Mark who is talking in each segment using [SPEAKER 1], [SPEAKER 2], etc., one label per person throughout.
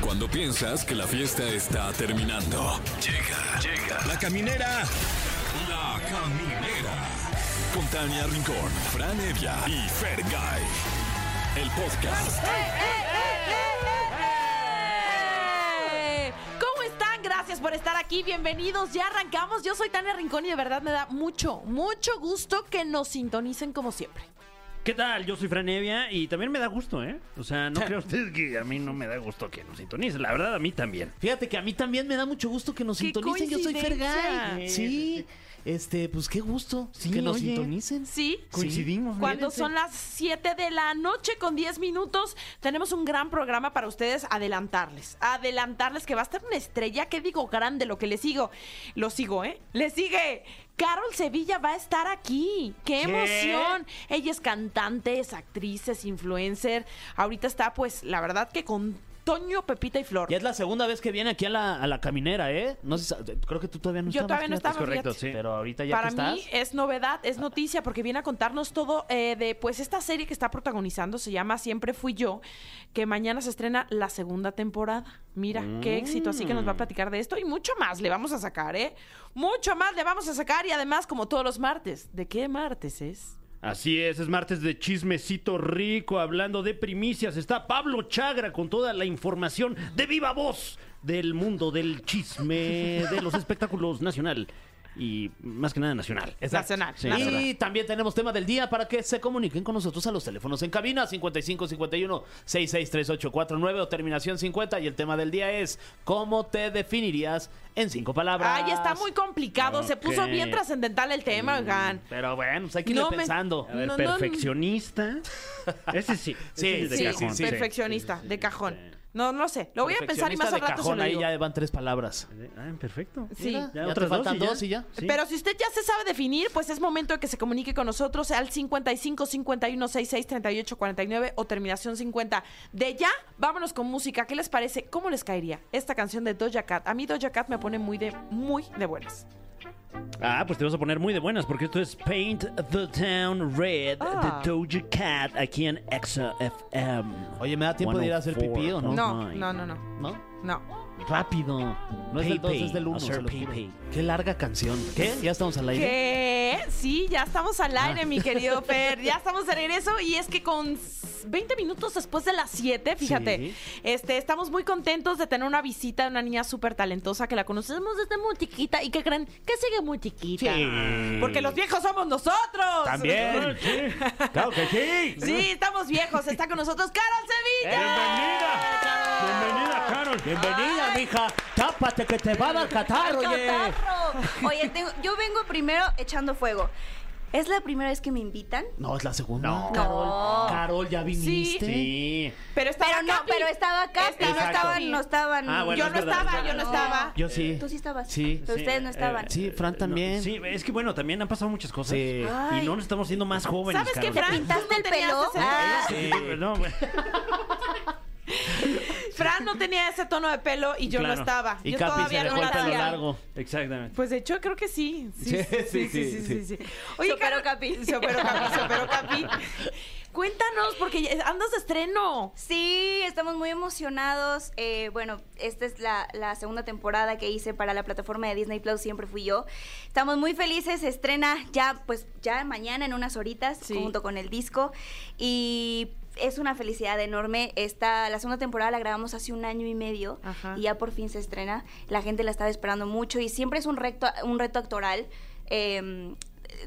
[SPEAKER 1] Cuando piensas que la fiesta está terminando. Llega, llega. La caminera. La caminera. Con Tania Rincón, Fran Evia y Fer El podcast.
[SPEAKER 2] ¡Eh! ¿Cómo están? Gracias por estar aquí. Bienvenidos. Ya arrancamos. Yo soy Tania Rincón y de verdad me da mucho, mucho gusto que nos sintonicen como siempre.
[SPEAKER 3] ¿Qué tal? Yo soy Franevia y también me da gusto, ¿eh? O sea, no creo usted que a mí no me da gusto que nos sintonice. La verdad, a mí también.
[SPEAKER 4] Fíjate que a mí también me da mucho gusto que nos
[SPEAKER 2] ¡Qué
[SPEAKER 4] sintonicen. Yo soy
[SPEAKER 2] coincidencia!
[SPEAKER 4] Fergay. Sí, este, pues qué gusto
[SPEAKER 3] Sí,
[SPEAKER 4] que nos
[SPEAKER 3] oye.
[SPEAKER 4] sintonicen.
[SPEAKER 2] Sí.
[SPEAKER 3] Coincidimos,
[SPEAKER 2] Cuando
[SPEAKER 3] fíjense.
[SPEAKER 2] son las 7 de la noche con 10 minutos, tenemos un gran programa para ustedes adelantarles. Adelantarles que va a estar una estrella, que digo grande, lo que le sigo. Lo sigo, ¿eh? Le sigue. Carol Sevilla va a estar aquí. ¡Qué emoción! Ella es cantante, es actriz, es influencer. Ahorita está, pues, la verdad que con Toño, Pepita y Flor.
[SPEAKER 4] Ya es la segunda vez que viene aquí a la, a la caminera, ¿eh? No sé, si- creo que tú todavía no
[SPEAKER 2] Yo
[SPEAKER 4] estabas.
[SPEAKER 2] todavía no
[SPEAKER 4] fíjate.
[SPEAKER 2] estaba,
[SPEAKER 4] Es correcto,
[SPEAKER 2] fíjate.
[SPEAKER 4] sí. Pero ahorita ya
[SPEAKER 2] Para
[SPEAKER 4] que estás.
[SPEAKER 2] mí es novedad, es noticia, porque viene a contarnos todo eh, de pues esta serie que está protagonizando, se llama Siempre Fui Yo, que mañana se estrena la segunda temporada. Mira,
[SPEAKER 3] Mm.
[SPEAKER 2] qué éxito, así que nos va a platicar de esto y mucho más le vamos a sacar, ¿eh? Mucho más le vamos a sacar y además, como todos los martes, ¿de qué martes es?
[SPEAKER 3] Así es, es martes de chismecito rico, hablando de primicias. Está Pablo Chagra con toda la información de viva voz del mundo del chisme, de los espectáculos nacional y más que nada nacional.
[SPEAKER 4] Exacto.
[SPEAKER 2] Nacional,
[SPEAKER 4] Sí.
[SPEAKER 2] nacional.
[SPEAKER 4] Y también tenemos tema del día para que se comuniquen con nosotros a los teléfonos en cabina 5551-663849 o terminación 50. Y el tema del día es ¿Cómo te definirías en cinco palabras?
[SPEAKER 2] Ay, está muy complicado, se puso
[SPEAKER 3] Ok. Mm.
[SPEAKER 2] bien trascendental el tema, oigan.
[SPEAKER 4] Pero bueno, pues hay que ir
[SPEAKER 2] No me-
[SPEAKER 4] pensando.
[SPEAKER 3] A ver,
[SPEAKER 2] No, no, no.
[SPEAKER 3] perfeccionista. Ese sí. ese es de
[SPEAKER 2] Sí,
[SPEAKER 3] cajón,
[SPEAKER 2] sí, perfeccionista,
[SPEAKER 3] sí, sí,
[SPEAKER 2] de
[SPEAKER 3] sí,
[SPEAKER 2] cajón.
[SPEAKER 3] sí.
[SPEAKER 2] No, no lo sé, lo voy a pensar y más
[SPEAKER 4] Perfeccionista
[SPEAKER 2] al
[SPEAKER 4] de
[SPEAKER 2] rato se
[SPEAKER 4] cajón,
[SPEAKER 2] lo
[SPEAKER 4] ahí
[SPEAKER 2] digo.
[SPEAKER 4] ya van tres palabras.
[SPEAKER 3] Ah, perfecto.
[SPEAKER 2] Sí.
[SPEAKER 4] Mira,
[SPEAKER 3] Ya
[SPEAKER 4] ya te
[SPEAKER 3] otras dos
[SPEAKER 4] faltan
[SPEAKER 3] y ya.
[SPEAKER 4] dos y ya.
[SPEAKER 3] Sí.
[SPEAKER 2] Pero si usted ya se sabe definir, pues es momento de que se comunique con nosotros al 55 51 66 38 49 o terminación 50. De ya, vámonos con música. ¿Qué les parece? ¿Cómo les caería esta canción de Doja Cat? A mí Doja Cat me pone muy de muy de buenas.
[SPEAKER 3] Ah, pues te vas a poner muy de buenas porque esto es Paint the Town Red
[SPEAKER 2] Ah.
[SPEAKER 3] de Doja Cat aquí en Exa FM.
[SPEAKER 4] Oye, ¿me da tiempo de ir a hacer pipí o no?
[SPEAKER 2] No, no, no, no.
[SPEAKER 4] ¿No?
[SPEAKER 2] No.
[SPEAKER 3] Rápido.
[SPEAKER 4] No es del 2, es del 1. Qué larga canción. ¿Qué? ¿Ya estamos al aire?
[SPEAKER 2] ¿Qué? Sí, ya estamos
[SPEAKER 3] Ah.
[SPEAKER 2] al aire, mi querido Fer. Ya estamos de regreso y es que con s- 20 minutos después de las 7, fíjate,
[SPEAKER 4] Sí.
[SPEAKER 2] este, estamos muy contentos de tener una visita de una niña súper talentosa que la conocemos desde muy chiquita y que creen que sigue muy chiquita. Porque los viejos somos nosotros.
[SPEAKER 3] También. Ah,
[SPEAKER 4] Ah,
[SPEAKER 3] claro que sí.
[SPEAKER 2] Sí, estamos viejos. Está con nosotros Carol Sevilla.
[SPEAKER 3] Bienvenida. Bienvenida, Carol.
[SPEAKER 4] Bienvenida, mija. Tápate que te va a dar catar, oye.
[SPEAKER 5] catarro. Oye, tengo- yo vengo primero echando fuego. ¿Es la primera vez que me invitan?
[SPEAKER 4] No, es la segunda.
[SPEAKER 3] No.
[SPEAKER 4] Carol,
[SPEAKER 5] No.
[SPEAKER 4] Carol, ¿ya viniste?
[SPEAKER 3] Sí.
[SPEAKER 2] Pero estaba
[SPEAKER 5] Pero no,
[SPEAKER 2] Capi.
[SPEAKER 5] pero estaba Capi, no
[SPEAKER 3] Exacto.
[SPEAKER 5] estaban, no estaban.
[SPEAKER 3] Ah, bueno,
[SPEAKER 2] yo
[SPEAKER 3] es
[SPEAKER 2] no
[SPEAKER 3] verdad,
[SPEAKER 2] estaba,
[SPEAKER 3] es
[SPEAKER 2] yo no
[SPEAKER 3] verdad.
[SPEAKER 2] estaba.
[SPEAKER 4] Yo sí.
[SPEAKER 5] Tú sí estabas.
[SPEAKER 4] Sí.
[SPEAKER 5] Pero ustedes no
[SPEAKER 3] eh,
[SPEAKER 5] estaban.
[SPEAKER 4] Sí, Fran
[SPEAKER 3] no,
[SPEAKER 4] también.
[SPEAKER 3] sí, es que bueno, también han pasado muchas cosas.
[SPEAKER 4] Sí.
[SPEAKER 3] Y
[SPEAKER 5] Ay.
[SPEAKER 3] no nos estamos siendo más jóvenes.
[SPEAKER 2] ¿Sabes qué,
[SPEAKER 3] Carol.
[SPEAKER 2] Fran?
[SPEAKER 5] ¿Pintaste
[SPEAKER 2] Tú no
[SPEAKER 5] el
[SPEAKER 2] tenías
[SPEAKER 5] pelo?
[SPEAKER 2] ese-
[SPEAKER 5] Ah.
[SPEAKER 3] Sí, no, güey.
[SPEAKER 2] Fran no tenía ese tono de pelo y yo
[SPEAKER 3] Claro.
[SPEAKER 2] no estaba.
[SPEAKER 4] Y
[SPEAKER 2] yo
[SPEAKER 4] Capi
[SPEAKER 2] todavía
[SPEAKER 4] se dejó
[SPEAKER 2] no
[SPEAKER 4] el pelo
[SPEAKER 2] nacía.
[SPEAKER 4] largo.
[SPEAKER 3] Exactamente.
[SPEAKER 2] Pues de hecho creo que sí. Sí, sí, sí, sí. sí, sí, sí. Oye,
[SPEAKER 5] Se operó
[SPEAKER 2] Carol-
[SPEAKER 5] Capi.
[SPEAKER 2] Se operó Capi, se operó Capi. Cuéntanos, porque ya- andas de estreno.
[SPEAKER 5] Sí, estamos muy emocionados. Eh, bueno, esta es la, la segunda temporada que hice para la plataforma de Disney Plus, siempre fui yo. Estamos muy felices, se estrena ya, pues ya mañana en unas horitas,
[SPEAKER 2] Sí.
[SPEAKER 5] junto con el disco. Y es una felicidad enorme. Esta, la segunda temporada la grabamos hace un año y medio
[SPEAKER 2] Ajá.
[SPEAKER 5] y ya por fin se estrena. La gente la estaba esperando mucho y siempre es un reto, un reto actoral. em,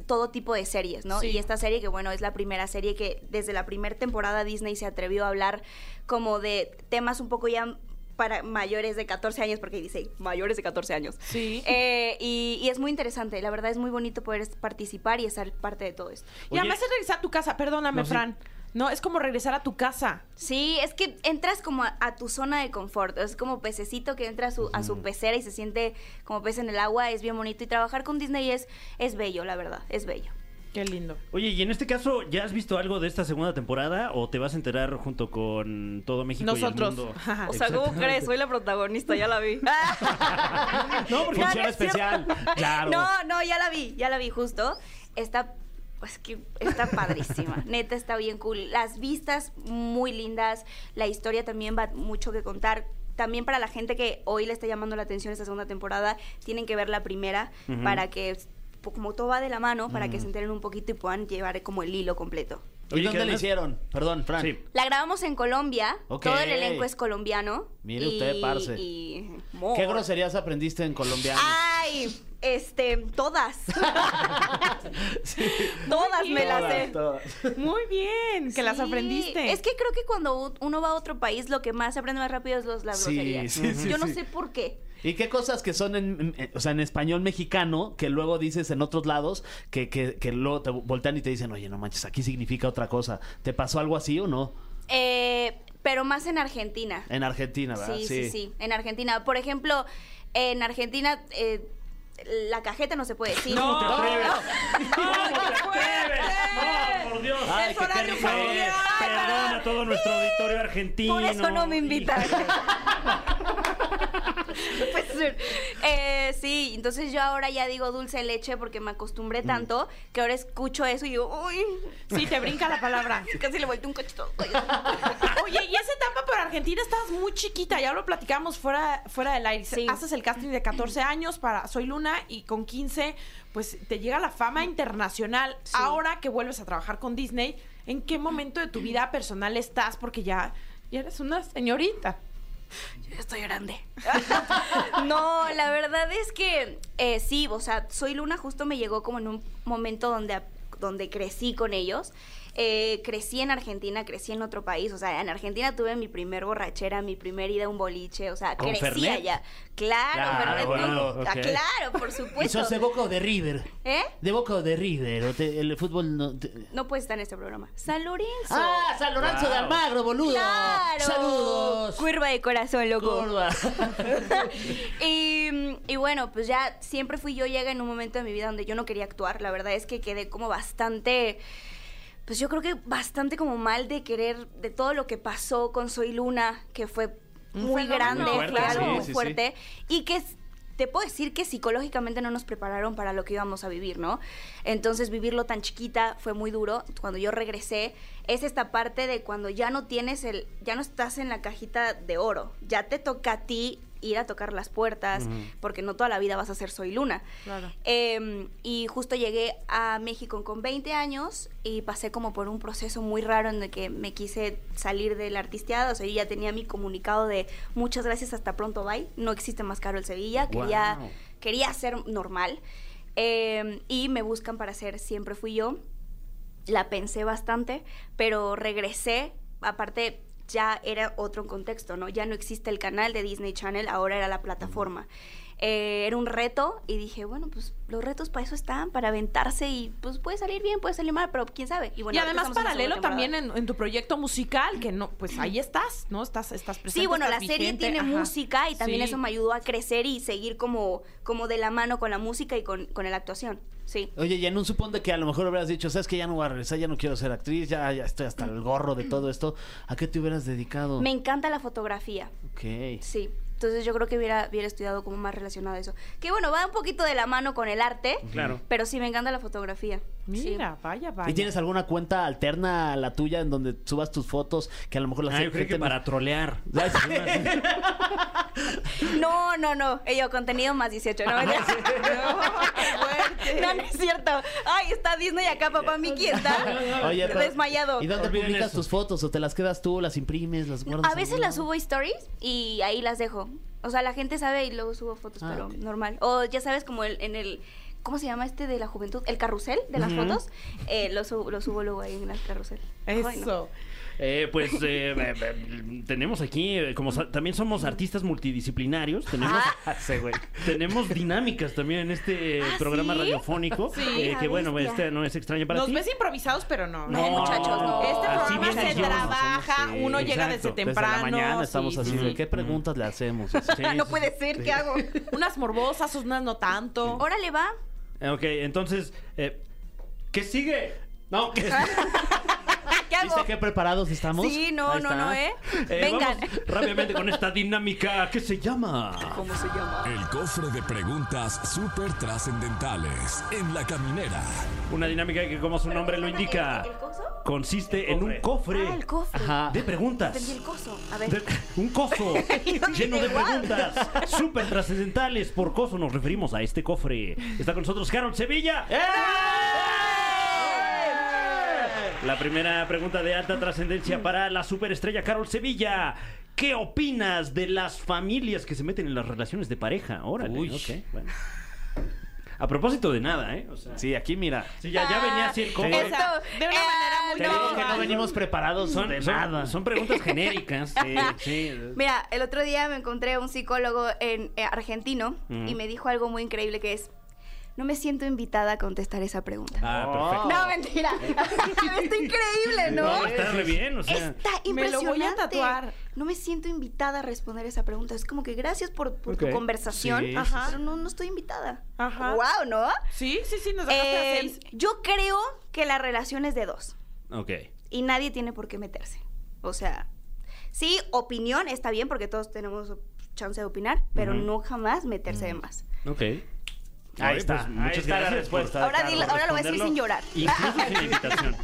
[SPEAKER 5] todo tipo de series, ¿no?
[SPEAKER 2] Sí.
[SPEAKER 5] Y esta serie que bueno es la primera serie que desde la primera temporada Disney se atrevió a hablar como de temas un poco ya para mayores de 14 años, porque dice mayores de 14 años.
[SPEAKER 2] Sí.
[SPEAKER 5] Eh, y, y es muy interesante, la verdad es muy bonito poder participar y ser parte de todo esto.
[SPEAKER 2] y además es regresar a tu casa. Perdóname,
[SPEAKER 3] No, sí.
[SPEAKER 2] Fran. No, es como regresar a tu casa.
[SPEAKER 5] Sí, es que entras como a, a tu zona de confort, es como pececito que entra a su, a su pecera y se siente como pez en el agua, es bien bonito y trabajar con Disney es, es bello, la verdad, es bello.
[SPEAKER 2] Qué lindo.
[SPEAKER 3] Oye, y en este caso, ¿ya has visto algo de esta segunda temporada o te vas a enterar junto con todo México
[SPEAKER 2] Nosotros.
[SPEAKER 3] y el mundo?
[SPEAKER 2] Ajá. O
[SPEAKER 3] Exactamente.
[SPEAKER 5] Soy la protagonista, ya la vi.
[SPEAKER 3] No, porque
[SPEAKER 5] Claro,
[SPEAKER 3] funciona
[SPEAKER 5] es cierto.
[SPEAKER 3] especial. Claro.
[SPEAKER 5] No, no, ya la vi, ya la vi justo. Está, pues que está padrísima. Neta, está bien cool. Las vistas muy lindas. La historia también va mucho que contar. también para la gente que hoy le está llamando la atención esta segunda temporada, tienen que ver la primera para que, po- como todo va de la mano, para que se enteren un poquito y puedan llevar como el hilo completo.
[SPEAKER 4] ¿Y
[SPEAKER 3] Oye,
[SPEAKER 4] dónde
[SPEAKER 3] que
[SPEAKER 4] le
[SPEAKER 3] además-
[SPEAKER 4] hicieron? Perdón, Fran.
[SPEAKER 3] Sí.
[SPEAKER 5] La grabamos en Colombia,
[SPEAKER 4] Ok.
[SPEAKER 5] todo el elenco es colombiano.
[SPEAKER 4] Mire
[SPEAKER 5] y-
[SPEAKER 4] usted, parce.
[SPEAKER 5] y-
[SPEAKER 4] ¿Qué
[SPEAKER 5] Mor.
[SPEAKER 4] groserías aprendiste en colombiano?
[SPEAKER 5] Ah. Ay, este, todas. Todas me las sé.
[SPEAKER 2] Muy bien, que las
[SPEAKER 5] Sí,
[SPEAKER 2] aprendiste.
[SPEAKER 5] Es que creo que cuando u- uno va a otro país, lo que más se aprende más rápido es los, las
[SPEAKER 4] Sí,
[SPEAKER 5] groserías.
[SPEAKER 4] sí, sí,
[SPEAKER 5] Yo no
[SPEAKER 4] sí.
[SPEAKER 5] sé por qué.
[SPEAKER 4] ¿Y qué cosas que son en, en- o sea, en español mexicano que luego dices en otros lados que, que, que luego te voltean y te dicen, oye, no manches, aquí significa otra cosa? ¿Te pasó algo así o no?
[SPEAKER 5] Eh, pero más en Argentina.
[SPEAKER 4] En Argentina, ¿verdad?
[SPEAKER 5] Sí, sí, sí, En Argentina. Por ejemplo, en Argentina, eh, la cajeta no se puede decir.
[SPEAKER 2] No,
[SPEAKER 3] te
[SPEAKER 2] no,
[SPEAKER 3] atreves?
[SPEAKER 2] no. ¡Ay, qué fuerte!
[SPEAKER 5] ¡Eh!
[SPEAKER 3] ¡No, por Dios!
[SPEAKER 4] Ay,
[SPEAKER 2] es
[SPEAKER 4] que qué
[SPEAKER 2] horario
[SPEAKER 4] rico.
[SPEAKER 2] familiar.
[SPEAKER 3] Perdón a todo nuestro auditorio argentino.
[SPEAKER 5] ¡Eh! Por eso no me invitan.
[SPEAKER 3] Híjole.
[SPEAKER 5] Pues, eh, sí, entonces yo ahora ya digo dulce de leche porque me
[SPEAKER 2] Mm.
[SPEAKER 5] acostumbré tanto que ahora escucho eso y digo, uy,
[SPEAKER 2] Sí, te brinca la palabra.
[SPEAKER 5] casi le volteé un cochito.
[SPEAKER 2] Oye, y esa etapa por Argentina estabas muy chiquita, ya lo platicamos fuera, fuera del aire.
[SPEAKER 5] Sí.
[SPEAKER 2] Haces el casting de 14 años para Soy Luna y con 15, pues te llega la fama internacional.
[SPEAKER 5] Sí.
[SPEAKER 2] Ahora que vuelves a trabajar con Disney, ¿en qué momento de tu vida personal estás? Porque ya, ya eres una señorita.
[SPEAKER 5] Yo estoy grande. no, la verdad es que eh, sí, o sea, Soy Luna justo me llegó como en un momento donde, ap- donde crecí con ellos. Eh, crecí en Argentina, crecí en otro país. O sea, en Argentina tuve mi primer borrachera, mi primer ida a un boliche. O sea,
[SPEAKER 4] ¿Con
[SPEAKER 5] crecí
[SPEAKER 4] Fernet?
[SPEAKER 5] allá. Claro,
[SPEAKER 4] Ah,
[SPEAKER 5] Fernet,
[SPEAKER 4] bueno,
[SPEAKER 5] no, ah,
[SPEAKER 4] ok.
[SPEAKER 5] claro, por
[SPEAKER 4] ¿Y
[SPEAKER 5] supuesto.
[SPEAKER 4] sos de Boca o de River?
[SPEAKER 5] ¿Eh?
[SPEAKER 4] ¿De Boca o de River? ¿O te- el fútbol no...? te-
[SPEAKER 5] No puede estar en este programa. San Lorenzo.
[SPEAKER 4] ¡Ah, San Lorenzo de Almagro, boludo!
[SPEAKER 5] ¡Claro!
[SPEAKER 4] ¡Saludos!
[SPEAKER 5] Curva de corazón, loco.
[SPEAKER 4] Curva.
[SPEAKER 5] y, y bueno, pues ya siempre fui yo llega en un momento de mi vida donde yo no quería actuar. La verdad es que quedé como bastante, pues yo creo que bastante como mal de querer de todo lo que pasó con Soy Luna, que fue
[SPEAKER 2] Un
[SPEAKER 5] muy
[SPEAKER 2] fenómeno.
[SPEAKER 5] grande,
[SPEAKER 2] Muy fuerte,
[SPEAKER 5] fue algo
[SPEAKER 2] sí,
[SPEAKER 5] muy
[SPEAKER 4] sí, sí.
[SPEAKER 5] fuerte y que s- te puedo decir que psicológicamente no nos prepararon para lo que íbamos a vivir, ¿no? Entonces vivirlo tan chiquita fue muy duro. Cuando yo regresé es esta parte de cuando ya no tienes el, ya no estás en la cajita de oro, ya te toca a ti ir a tocar las puertas, porque no toda la vida vas a ser Soy Luna.
[SPEAKER 2] Claro.
[SPEAKER 5] Eh, y justo llegué a México con 20 años y pasé como por un proceso muy raro en el que me quise salir de la artisteada. O sea, yo ya tenía mi comunicado de muchas gracias, hasta pronto, bye. No existe más caro el Sevilla. Quería,
[SPEAKER 4] Guau.
[SPEAKER 5] quería ser normal. Eh, y me buscan para ser Siempre Fui Yo. La pensé bastante, pero regresé. Aparte, ya era otro contexto, ¿no? Ya no existe el canal de Disney Channel, ahora era la plataforma. Eh, era un reto y dije, bueno, pues los retos para eso están, para aventarse y pues puede salir bien, puede salir mal, pero quién sabe. bueno,
[SPEAKER 2] y
[SPEAKER 5] ahorita
[SPEAKER 2] además
[SPEAKER 5] estamos en la
[SPEAKER 2] paralelo
[SPEAKER 5] segunda
[SPEAKER 2] también
[SPEAKER 5] temporada.
[SPEAKER 2] en, en tu proyecto musical, que no, pues ahí estás, ¿no? Estás, estás presente.
[SPEAKER 5] Sí, bueno, la
[SPEAKER 2] estás
[SPEAKER 5] serie
[SPEAKER 2] vigente,
[SPEAKER 5] tiene
[SPEAKER 2] ajá.
[SPEAKER 5] música y también
[SPEAKER 2] Sí.
[SPEAKER 5] eso me ayudó a crecer y seguir como, como de la mano con la música y con, con la actuación. Sí.
[SPEAKER 4] Oye, y en un supón de que a lo mejor hubieras dicho, ¿sabes que Ya no voy a regresar, ya no quiero ser actriz, ya, ya estoy hasta el gorro de todo esto. ¿A qué te hubieras dedicado?
[SPEAKER 2] Oh.
[SPEAKER 5] Me encanta la fotografía.
[SPEAKER 4] Ok.
[SPEAKER 5] Sí. Entonces yo creo que hubiera, hubiera estudiado como más relacionado a eso. Que bueno, va un poquito de la mano con el arte.
[SPEAKER 3] Claro.
[SPEAKER 5] Pero sí, me encanta la fotografía. Sí.
[SPEAKER 2] Mira, vaya, vaya.
[SPEAKER 4] ¿Y tienes alguna cuenta alterna a la tuya en donde subas tus fotos que a lo mejor las
[SPEAKER 3] Ah, yo creo que para trolear.
[SPEAKER 5] No, no, no. Ello, contenido más 18. No, no, no, no es cierto. Ay, está Disney acá, papá Mickey está
[SPEAKER 4] Oye, pero-
[SPEAKER 5] desmayado.
[SPEAKER 4] ¿Y dónde
[SPEAKER 3] Olviden
[SPEAKER 4] publicas
[SPEAKER 3] eso.
[SPEAKER 4] tus fotos? ¿O te las quedas tú, las imprimes, las guardas?
[SPEAKER 5] A veces
[SPEAKER 4] en algún
[SPEAKER 5] las
[SPEAKER 4] lado?
[SPEAKER 5] subo a stories y ahí las dejo. O sea, la gente sabe y luego subo fotos,
[SPEAKER 4] Ah,
[SPEAKER 5] pero
[SPEAKER 4] ok.
[SPEAKER 5] normal. O ya sabes, como el- en el. ¿Cómo se llama este de la juventud? El carrusel de las fotos. Eh, lo, subo, lo subo luego ahí en el carrusel. Ay, no.
[SPEAKER 2] Eso.
[SPEAKER 3] Eh, pues eh, eh, eh, tenemos aquí, eh, como sa- también somos artistas multidisciplinarios, tenemos,
[SPEAKER 4] Sí, güey.
[SPEAKER 3] tenemos dinámicas también en este eh,
[SPEAKER 5] ¿Ah,
[SPEAKER 3] programa
[SPEAKER 5] sí?
[SPEAKER 3] radiofónico,
[SPEAKER 2] Sí.
[SPEAKER 3] eh, que bueno,
[SPEAKER 5] Bestia.
[SPEAKER 3] este no es extraño para
[SPEAKER 2] Nos
[SPEAKER 3] ti.
[SPEAKER 2] ves improvisados, pero no.
[SPEAKER 5] No, muchachos, no.
[SPEAKER 2] Este
[SPEAKER 5] Así
[SPEAKER 2] programa
[SPEAKER 5] viene
[SPEAKER 2] se
[SPEAKER 5] el guión,
[SPEAKER 2] trabaja,
[SPEAKER 3] somos, sí,
[SPEAKER 2] uno llega
[SPEAKER 3] exacto.
[SPEAKER 2] desde
[SPEAKER 3] Desde
[SPEAKER 4] Desde
[SPEAKER 2] temprano.
[SPEAKER 4] la mañana estamos
[SPEAKER 2] sí,
[SPEAKER 4] así.
[SPEAKER 2] sí. Ah,
[SPEAKER 4] de, ¿Qué preguntas le hacemos? Sí.
[SPEAKER 5] No puede ser, ¿qué hago?
[SPEAKER 2] Unas morbosas, unas no tanto.
[SPEAKER 5] Órale, va.
[SPEAKER 3] Eh, Ok, entonces, eh, ¿qué sigue? No, eh, ¿qué
[SPEAKER 5] Ah, ¿Qué hago?
[SPEAKER 4] ¿Viste qué preparados estamos?
[SPEAKER 5] Sí, no,
[SPEAKER 4] Ahí
[SPEAKER 5] no,
[SPEAKER 4] está.
[SPEAKER 5] no, ¿eh?
[SPEAKER 3] Eh,
[SPEAKER 5] Vengan.
[SPEAKER 3] Vamos rápidamente con esta dinámica que se llama...
[SPEAKER 5] ¿Cómo se llama?
[SPEAKER 1] El cofre de preguntas súper trascendentales en la caminera.
[SPEAKER 3] Una dinámica que como su nombre lo indica,
[SPEAKER 5] ¿El coso?
[SPEAKER 3] consiste en un cofre
[SPEAKER 5] Ah, el cofre.
[SPEAKER 4] Ajá.
[SPEAKER 3] de
[SPEAKER 5] Aprendí el
[SPEAKER 3] preguntas.
[SPEAKER 5] coso. A ver.
[SPEAKER 3] De- un coso lleno de
[SPEAKER 5] Igual.
[SPEAKER 3] preguntas súper trascendentales. Por coso nos referimos a este cofre. Está con nosotros Carol Sevilla.
[SPEAKER 4] ¡Eh!
[SPEAKER 3] ¡Eh! La primera pregunta de alta
[SPEAKER 4] Mm.
[SPEAKER 3] trascendencia para la superestrella Carol Sevilla. ¿Qué opinas de las familias que se meten en las relaciones de pareja? Órale,
[SPEAKER 4] Uy.
[SPEAKER 3] ok, bueno. A propósito de nada, ¿eh? O sea,
[SPEAKER 4] Sí, aquí mira. Ah,
[SPEAKER 3] sí, ya, ya venía así el cofre.
[SPEAKER 5] Esto, eh,
[SPEAKER 2] de una manera muy
[SPEAKER 4] Te digo que
[SPEAKER 2] no,
[SPEAKER 4] no venimos preparados
[SPEAKER 3] Son,
[SPEAKER 4] de
[SPEAKER 3] son-
[SPEAKER 4] nada.
[SPEAKER 3] son preguntas genéricas. Sí, sí.
[SPEAKER 5] Mira, el otro día me encontré a un psicólogo en, eh, argentino y me dijo algo muy increíble que es, no me siento invitada a contestar esa pregunta.
[SPEAKER 3] Ah,
[SPEAKER 5] No, mentira. está increíble,
[SPEAKER 3] perfecto.
[SPEAKER 5] ¿no?
[SPEAKER 3] No, está re bien, o sea.
[SPEAKER 5] Está impresionante.
[SPEAKER 2] Me lo voy a tatuar.
[SPEAKER 5] No me siento invitada a responder esa pregunta. Es como que gracias por, por
[SPEAKER 4] Ok.
[SPEAKER 5] tu conversación,
[SPEAKER 4] Sí,
[SPEAKER 2] Ajá. sí,
[SPEAKER 5] pero no, no estoy invitada.
[SPEAKER 2] Ajá.
[SPEAKER 5] Wow, ¿no?
[SPEAKER 2] Sí, sí, sí, nos sacaste a
[SPEAKER 5] Eh,
[SPEAKER 2] seis.
[SPEAKER 5] yo creo que la relación es de dos
[SPEAKER 3] Ok.
[SPEAKER 5] y nadie tiene por qué meterse. O sea, sí, opinión está bien porque todos tenemos chance de opinar, pero no jamás meterse de más.
[SPEAKER 3] Ok.
[SPEAKER 4] Ahí está,
[SPEAKER 3] pues,
[SPEAKER 4] ahí
[SPEAKER 3] muchas
[SPEAKER 4] está la
[SPEAKER 3] gracias por-
[SPEAKER 4] respuesta. de
[SPEAKER 5] Ahora,
[SPEAKER 4] Carlos,
[SPEAKER 5] dile- ahora lo voy a decir
[SPEAKER 4] responderlo.
[SPEAKER 5] sin llorar.
[SPEAKER 3] Incluso sin invitación.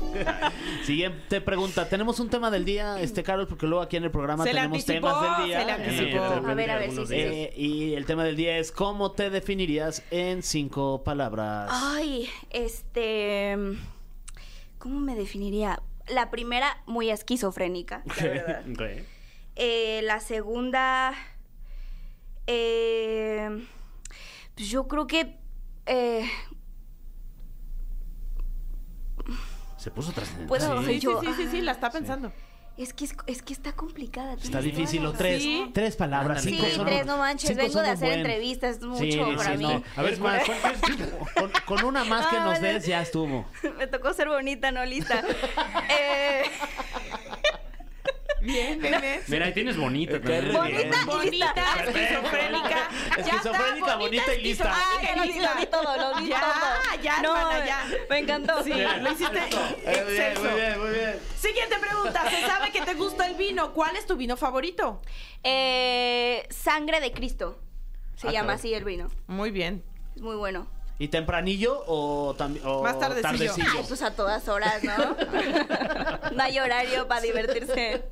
[SPEAKER 4] Siguiente pregunta. Tenemos un tema del día, este Carol, porque luego aquí en el programa
[SPEAKER 2] Se le
[SPEAKER 4] tenemos
[SPEAKER 2] anticipó,
[SPEAKER 4] temas del día.
[SPEAKER 2] se le
[SPEAKER 4] en el que
[SPEAKER 2] anticipó.
[SPEAKER 4] de repente
[SPEAKER 5] A ver, a ver, sí,
[SPEAKER 4] algunos
[SPEAKER 5] sí, sí.
[SPEAKER 4] días. Eh, y el tema del día es ¿cómo te definirías en cinco palabras?
[SPEAKER 5] Ay, este. ¿Cómo me definiría? La primera, muy esquizofrénica, la verdad.
[SPEAKER 3] Ok.
[SPEAKER 5] Eh, la segunda. eh, pues yo creo que. eh,
[SPEAKER 3] Se puso trascendente.
[SPEAKER 5] puedo.
[SPEAKER 2] Sí, sí,
[SPEAKER 5] yo- ah,
[SPEAKER 2] sí, sí, sí, la está pensando.
[SPEAKER 5] Es que, es, es que está complicada.
[SPEAKER 4] Está
[SPEAKER 5] tienes
[SPEAKER 4] difícil
[SPEAKER 5] toda
[SPEAKER 4] o
[SPEAKER 5] la
[SPEAKER 4] tres.
[SPEAKER 5] razón.
[SPEAKER 2] Sí.
[SPEAKER 4] Tres palabras.
[SPEAKER 5] Sí,
[SPEAKER 4] cinco son
[SPEAKER 5] tres,
[SPEAKER 4] un-
[SPEAKER 5] no manches,
[SPEAKER 4] cinco
[SPEAKER 5] vengo
[SPEAKER 4] son
[SPEAKER 5] de
[SPEAKER 4] un
[SPEAKER 5] hacer
[SPEAKER 4] buen.
[SPEAKER 5] entrevistas, es mucho
[SPEAKER 4] sí,
[SPEAKER 5] para
[SPEAKER 4] sí,
[SPEAKER 5] mí.
[SPEAKER 4] no.
[SPEAKER 3] A ver, ¿cuál, cuál es?
[SPEAKER 4] Con, con una más que
[SPEAKER 5] Ah,
[SPEAKER 4] nos
[SPEAKER 5] vale.
[SPEAKER 4] des ya estuvo.
[SPEAKER 5] Me tocó ser bonita, no lista. Eh,
[SPEAKER 2] Bien, bien, bien.
[SPEAKER 3] Mira, ahí tienes
[SPEAKER 4] eh,
[SPEAKER 3] bonita también.
[SPEAKER 5] Bonita y lista.
[SPEAKER 2] Bonita, esquizofrénica. Ya está,
[SPEAKER 4] Esquizofrénica, bonita y lista.
[SPEAKER 5] Ay, Ah, lo vi, lo vi todo, lo vi
[SPEAKER 2] ya,
[SPEAKER 5] todo.
[SPEAKER 2] Ya,
[SPEAKER 5] No,
[SPEAKER 2] hermana, ya.
[SPEAKER 5] me encantó.
[SPEAKER 2] Sí, lo hiciste excelso.
[SPEAKER 4] muy bien.
[SPEAKER 2] Siguiente pregunta. Se sabe que te gusta el vino. ¿Cuál es tu vino favorito?
[SPEAKER 5] Eh, sangre de Cristo. Se
[SPEAKER 4] Ah,
[SPEAKER 5] llama
[SPEAKER 4] caray.
[SPEAKER 5] así el vino.
[SPEAKER 2] Muy bien.
[SPEAKER 5] Es muy bueno.
[SPEAKER 4] ¿Y tempranillo o, también
[SPEAKER 2] Más tardecillo.
[SPEAKER 5] Ay, pues a todas horas, ¿no? no hay horario para divertirse.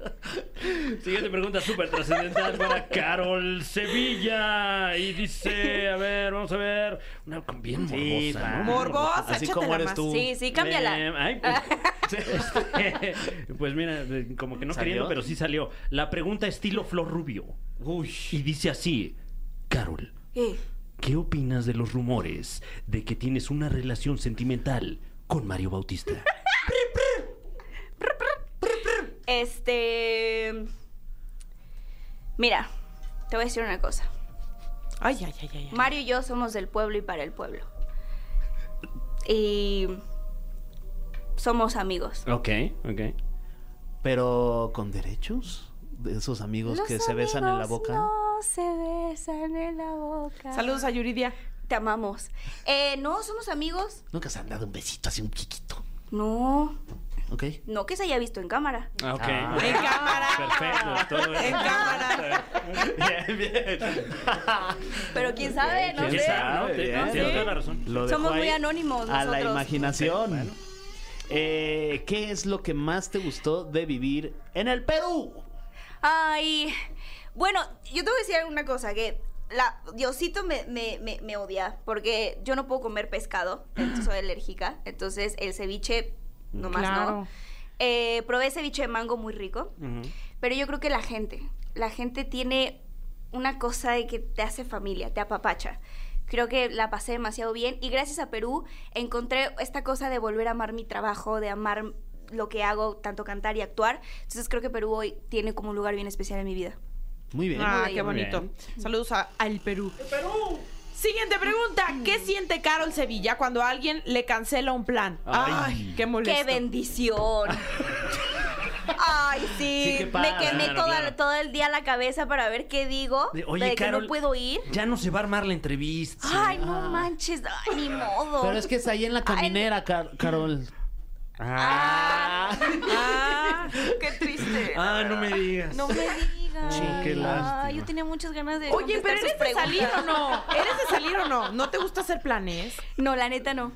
[SPEAKER 3] Siguiente pregunta súper trascendental para Carol Sevilla. Y dice, a ver, vamos a ver. Una con- bien
[SPEAKER 4] Sí,
[SPEAKER 3] morbosa. ¿no?
[SPEAKER 4] va.
[SPEAKER 2] Morbosa,
[SPEAKER 4] Así
[SPEAKER 2] échatela
[SPEAKER 4] como eres
[SPEAKER 2] más.
[SPEAKER 4] tú.
[SPEAKER 5] Sí, sí,
[SPEAKER 3] Eh,
[SPEAKER 5] cámbiala.
[SPEAKER 3] ay, pues, este, pues mira, eh, como que no
[SPEAKER 4] ¿Salió?
[SPEAKER 3] queriendo, pero sí salió. La pregunta estilo Flor Rubio.
[SPEAKER 4] Uy.
[SPEAKER 3] Y dice así, Carol,
[SPEAKER 5] Eh,
[SPEAKER 3] ¿qué opinas de los rumores de que tienes una relación sentimental con Mario Bautista?
[SPEAKER 5] Este. Mira, te voy a decir una cosa.
[SPEAKER 2] Ay, ay, ay, ay. ay.
[SPEAKER 5] Mario y yo somos del pueblo y para el pueblo. Y. Somos amigos.
[SPEAKER 3] ok, ok.
[SPEAKER 4] Pero con derechos de esos amigos que se besan en la boca.
[SPEAKER 5] No se besan en la boca.
[SPEAKER 2] Saludos a Yuridia.
[SPEAKER 5] Te amamos. Eh, no, somos amigos.
[SPEAKER 4] Nunca se han dado un besito así un chiquito.
[SPEAKER 5] No,
[SPEAKER 4] ¿Ok?
[SPEAKER 5] no que se haya visto en cámara.
[SPEAKER 3] ok.
[SPEAKER 4] Ah.
[SPEAKER 2] En cámara.
[SPEAKER 3] Perfecto, todo
[SPEAKER 2] En
[SPEAKER 3] eso.
[SPEAKER 2] cámara.
[SPEAKER 4] Bien, bien.
[SPEAKER 5] Pero quién sabe, no
[SPEAKER 3] ¿Quién
[SPEAKER 5] sé.
[SPEAKER 3] sabe? No, te- no, tienes toda la razón.
[SPEAKER 4] Lo
[SPEAKER 5] Somos
[SPEAKER 4] dejo ahí
[SPEAKER 5] muy anónimos
[SPEAKER 4] A la
[SPEAKER 5] nosotros.
[SPEAKER 4] imaginación. Eh, ¿Qué es lo que más te gustó de vivir en el Perú?
[SPEAKER 5] Ay, bueno, yo te voy a decir una cosa, que la, Diosito me, me- me- me odia, porque yo no puedo comer pescado, entonces soy alérgica, entonces el ceviche, nomás
[SPEAKER 2] Claro.
[SPEAKER 5] no. Eh, probé ceviche de mango muy rico, pero yo creo que la gente, la gente tiene una cosa de que te hace familia, te apapacha. Creo que la pasé demasiado bien y gracias a Perú encontré esta cosa de volver a amar mi trabajo, de amar lo que hago, tanto cantar y actuar. Entonces creo que Perú hoy tiene como un lugar bien especial en mi vida.
[SPEAKER 4] Muy bien.
[SPEAKER 2] Ah, qué
[SPEAKER 3] Muy
[SPEAKER 2] bonito. Saludos a- al Perú. Perú! Siguiente pregunta.
[SPEAKER 5] Mm.
[SPEAKER 2] ¿Qué siente Carol Sevilla cuando alguien le cancela un plan? Ay,
[SPEAKER 3] Ay.
[SPEAKER 2] qué molesto.
[SPEAKER 5] ¡Qué bendición! Ay, sí,
[SPEAKER 4] Sí, qué padre.
[SPEAKER 5] me quemé
[SPEAKER 3] Claro,
[SPEAKER 5] toda-
[SPEAKER 3] claro.
[SPEAKER 5] todo el día la cabeza para ver qué digo,
[SPEAKER 3] De,
[SPEAKER 5] de,
[SPEAKER 3] oye,
[SPEAKER 5] que
[SPEAKER 3] Carol,
[SPEAKER 5] no puedo ir.
[SPEAKER 3] Ya no se va a armar la entrevista.
[SPEAKER 5] Ay, no manches, ay, ni modo.
[SPEAKER 4] Pero es que es ahí en la caminera, Car- Carol.
[SPEAKER 5] Ah,
[SPEAKER 2] Ah,
[SPEAKER 5] qué triste.
[SPEAKER 3] Ah, no me digas.
[SPEAKER 5] No me digas.
[SPEAKER 3] Sí, qué lástima.
[SPEAKER 5] Ay, yo tenía muchas ganas de
[SPEAKER 2] oye,
[SPEAKER 5] contestar
[SPEAKER 2] pero ¿eres de
[SPEAKER 5] sus
[SPEAKER 2] salir
[SPEAKER 5] preguntas.
[SPEAKER 2] o no? ¿Eres de salir o no? ¿No te gusta hacer planes?
[SPEAKER 5] No, la neta no.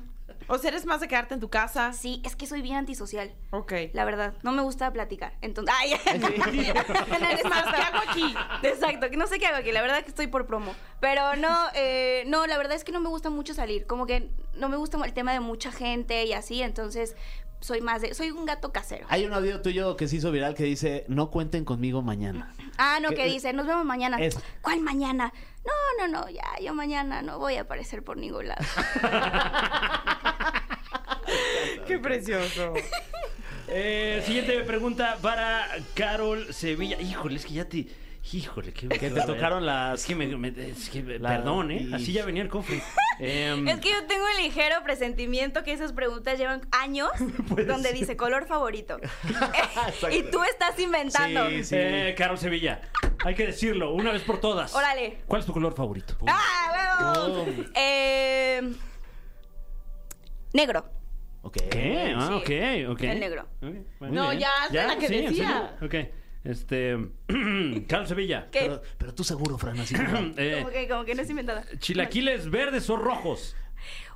[SPEAKER 2] O sea, eres más de quedarte en tu casa.
[SPEAKER 5] Sí, es que soy bien antisocial.
[SPEAKER 2] Ok.
[SPEAKER 5] La verdad, no me gusta platicar. Entonces, ay, No,
[SPEAKER 2] Es más, ¿qué hago aquí?
[SPEAKER 5] Exacto, que no sé qué hago aquí, la verdad que estoy por promo. Pero no, eh, no, la verdad es que no me gusta mucho salir, como que no me gusta el tema de mucha gente y así, entonces soy más de, soy un gato casero.
[SPEAKER 4] Hay un audio tuyo que se hizo viral que dice, no cuenten conmigo mañana.
[SPEAKER 5] Ah, no,
[SPEAKER 4] ¿Qué-
[SPEAKER 5] que dice, nos vemos mañana.
[SPEAKER 4] Es-
[SPEAKER 5] ¿Cuál mañana? No, no, no, ya, yo mañana no voy a aparecer por ningún lado.
[SPEAKER 2] Qué precioso.
[SPEAKER 3] Eh, siguiente pregunta para Carol Sevilla. Híjole, es que ya te. Híjole, que,
[SPEAKER 4] Que te tocaron las-
[SPEAKER 3] Es que me. me- es que,
[SPEAKER 4] La-
[SPEAKER 3] Perdón, ¿eh?
[SPEAKER 4] y-
[SPEAKER 3] Así ya venía el cofre. Em,
[SPEAKER 5] Es que yo tengo el ligero presentimiento que esas preguntas llevan años donde dice color favorito. y tú estás inventando.
[SPEAKER 4] Sí, sí.
[SPEAKER 3] eh, Carol Sevilla, hay que decirlo una vez por todas.
[SPEAKER 5] Órale.
[SPEAKER 3] ¿Cuál es tu color favorito?
[SPEAKER 5] ¡Ah, huevo! Eh, negro.
[SPEAKER 4] Ok.
[SPEAKER 3] ¿Qué? Ah,
[SPEAKER 5] Sí.
[SPEAKER 3] ok, ok.
[SPEAKER 5] El negro.
[SPEAKER 3] Ok, muy
[SPEAKER 2] No,
[SPEAKER 3] bien.
[SPEAKER 2] ya, es la que
[SPEAKER 3] sí, ¿en
[SPEAKER 2] decía.
[SPEAKER 3] serio? Ok. Este. Carol Sevilla.
[SPEAKER 5] ¿Qué?
[SPEAKER 4] Pero, pero tú seguro, Fran, así como-
[SPEAKER 3] Eh,
[SPEAKER 5] Como que, como que no es inventada.
[SPEAKER 3] ¿Chilaquiles verdes o rojos?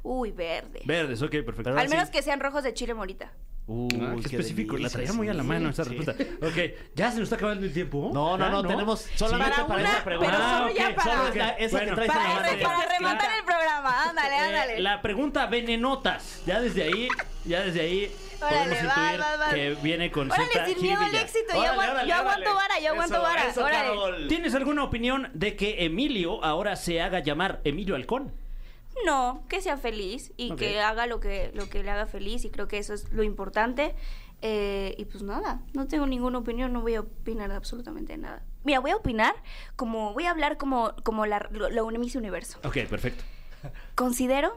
[SPEAKER 5] Uy, verde.
[SPEAKER 3] Verdes, ok, perfecto.
[SPEAKER 4] Pero-
[SPEAKER 5] Al menos
[SPEAKER 4] sí.
[SPEAKER 5] que sean rojos de chile morita.
[SPEAKER 4] Uy,
[SPEAKER 3] Ah, qué
[SPEAKER 4] qué
[SPEAKER 3] específico, la
[SPEAKER 4] delicia,
[SPEAKER 3] traía muy a la
[SPEAKER 4] sí,
[SPEAKER 3] mano esa
[SPEAKER 4] sí.
[SPEAKER 3] respuesta. Ok, ya se nos está acabando el tiempo.
[SPEAKER 4] No, no,
[SPEAKER 3] ¿Ya Ah,
[SPEAKER 4] no, tenemos solamente
[SPEAKER 2] Para
[SPEAKER 4] para,
[SPEAKER 2] una,
[SPEAKER 4] esa pregunta.
[SPEAKER 2] pero solo ya
[SPEAKER 3] ok,
[SPEAKER 2] para-
[SPEAKER 4] Solo es la-
[SPEAKER 3] ok,
[SPEAKER 4] esa
[SPEAKER 3] bueno.
[SPEAKER 4] que traes en la
[SPEAKER 5] Para,
[SPEAKER 4] mano.
[SPEAKER 5] re- para rematar el programa. Ándale,
[SPEAKER 3] Eh,
[SPEAKER 5] ándale.
[SPEAKER 3] la pregunta venenotas. Ya desde ahí, ya desde ahí
[SPEAKER 5] Órale,
[SPEAKER 3] podemos
[SPEAKER 5] va,
[SPEAKER 3] intuir
[SPEAKER 5] va, va.
[SPEAKER 3] que viene con
[SPEAKER 5] Órale,
[SPEAKER 3] cierta
[SPEAKER 5] sin miedo al
[SPEAKER 3] jiribilla.
[SPEAKER 5] éxito. Yo aguanto- yo aguanto vara, yo aguanto vara, órale.
[SPEAKER 4] Carol.
[SPEAKER 3] ¿Tienes alguna opinión de que Emilio ahora se haga llamar Emilio Halcón?
[SPEAKER 5] No, que sea feliz y
[SPEAKER 3] Ok.
[SPEAKER 5] que haga lo que, lo que le haga feliz y creo que eso es lo importante. Eh, y pues nada, no tengo ninguna opinión, no voy a opinar de absolutamente nada. Mira, voy a opinar como, voy a hablar como, como la, lo, lo Miss Universo.
[SPEAKER 3] Ok, perfecto.
[SPEAKER 5] Considero,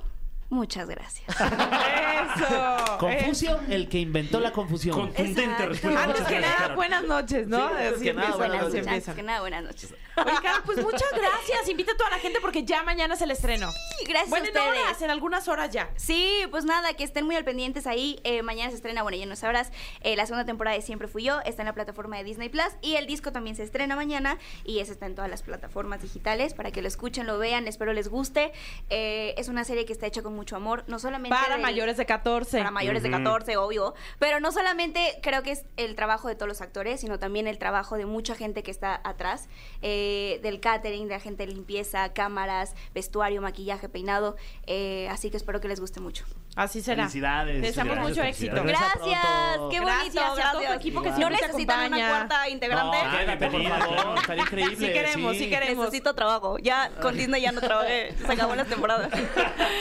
[SPEAKER 5] muchas gracias.
[SPEAKER 2] Eso.
[SPEAKER 4] Confucio, el que inventó la confusión.
[SPEAKER 3] Contundente
[SPEAKER 5] Exacto.
[SPEAKER 2] Eh,
[SPEAKER 3] respuesta.
[SPEAKER 2] Antes
[SPEAKER 3] Muchas
[SPEAKER 2] que
[SPEAKER 3] gracias,
[SPEAKER 2] nada,
[SPEAKER 3] Carol.
[SPEAKER 2] buenas noches, ¿no?
[SPEAKER 4] Sí, antes que
[SPEAKER 3] Ah,
[SPEAKER 4] nada, buenas
[SPEAKER 5] Buenas
[SPEAKER 4] noches.
[SPEAKER 2] así
[SPEAKER 5] noches.
[SPEAKER 2] empiezan.
[SPEAKER 5] Antes que nada, buenas noches.
[SPEAKER 2] Oye, Carol, pues muchas gracias. Invita a toda la gente porque ya mañana es el estreno.
[SPEAKER 5] Y gracias
[SPEAKER 2] Bueno,
[SPEAKER 5] a
[SPEAKER 2] en
[SPEAKER 5] ustedes.
[SPEAKER 2] horas, en algunas horas ya.
[SPEAKER 5] Sí, pues nada, que estén muy al pendientes ahí. Eh, mañana se estrena, bueno, ya no sabrás, eh, la segunda temporada de Siempre Fui Yo, está en la plataforma de Disney Plus y el disco también se estrena mañana y ese está en todas las plataformas digitales para que lo escuchen, lo vean, espero les guste. Eh, es una serie que está hecha con mucho amor, no solamente...
[SPEAKER 2] Para
[SPEAKER 5] del-
[SPEAKER 2] mayores de 14.
[SPEAKER 5] Para mayores de 14, obvio. Pero no solamente creo que es el trabajo de todos los actores, sino también el trabajo de mucha gente que está atrás, eh, del catering, de la gente de limpieza, cámaras, vestuario, maquillaje, peinado. eh, así que espero que les guste mucho.
[SPEAKER 2] Así será.
[SPEAKER 4] Felicidades.
[SPEAKER 2] Deseamos
[SPEAKER 4] Gracias,
[SPEAKER 2] mucho
[SPEAKER 4] felicidades.
[SPEAKER 2] éxito.
[SPEAKER 4] Regresa
[SPEAKER 5] Gracias,
[SPEAKER 4] pronto.
[SPEAKER 5] qué
[SPEAKER 2] Gracias
[SPEAKER 5] bonito.
[SPEAKER 2] a todo tu
[SPEAKER 5] gracias.
[SPEAKER 2] equipo que
[SPEAKER 5] no
[SPEAKER 2] siempre te
[SPEAKER 5] necesitan una
[SPEAKER 2] acompaña.
[SPEAKER 5] cuarta integrante.
[SPEAKER 4] No, quédate, por
[SPEAKER 3] Quédate,
[SPEAKER 4] favor, estaría increíble.
[SPEAKER 2] Sí queremos, sí queremos.
[SPEAKER 5] Necesito trabajo. Ya con Disney ya no trabajé. Se acabó la temporada.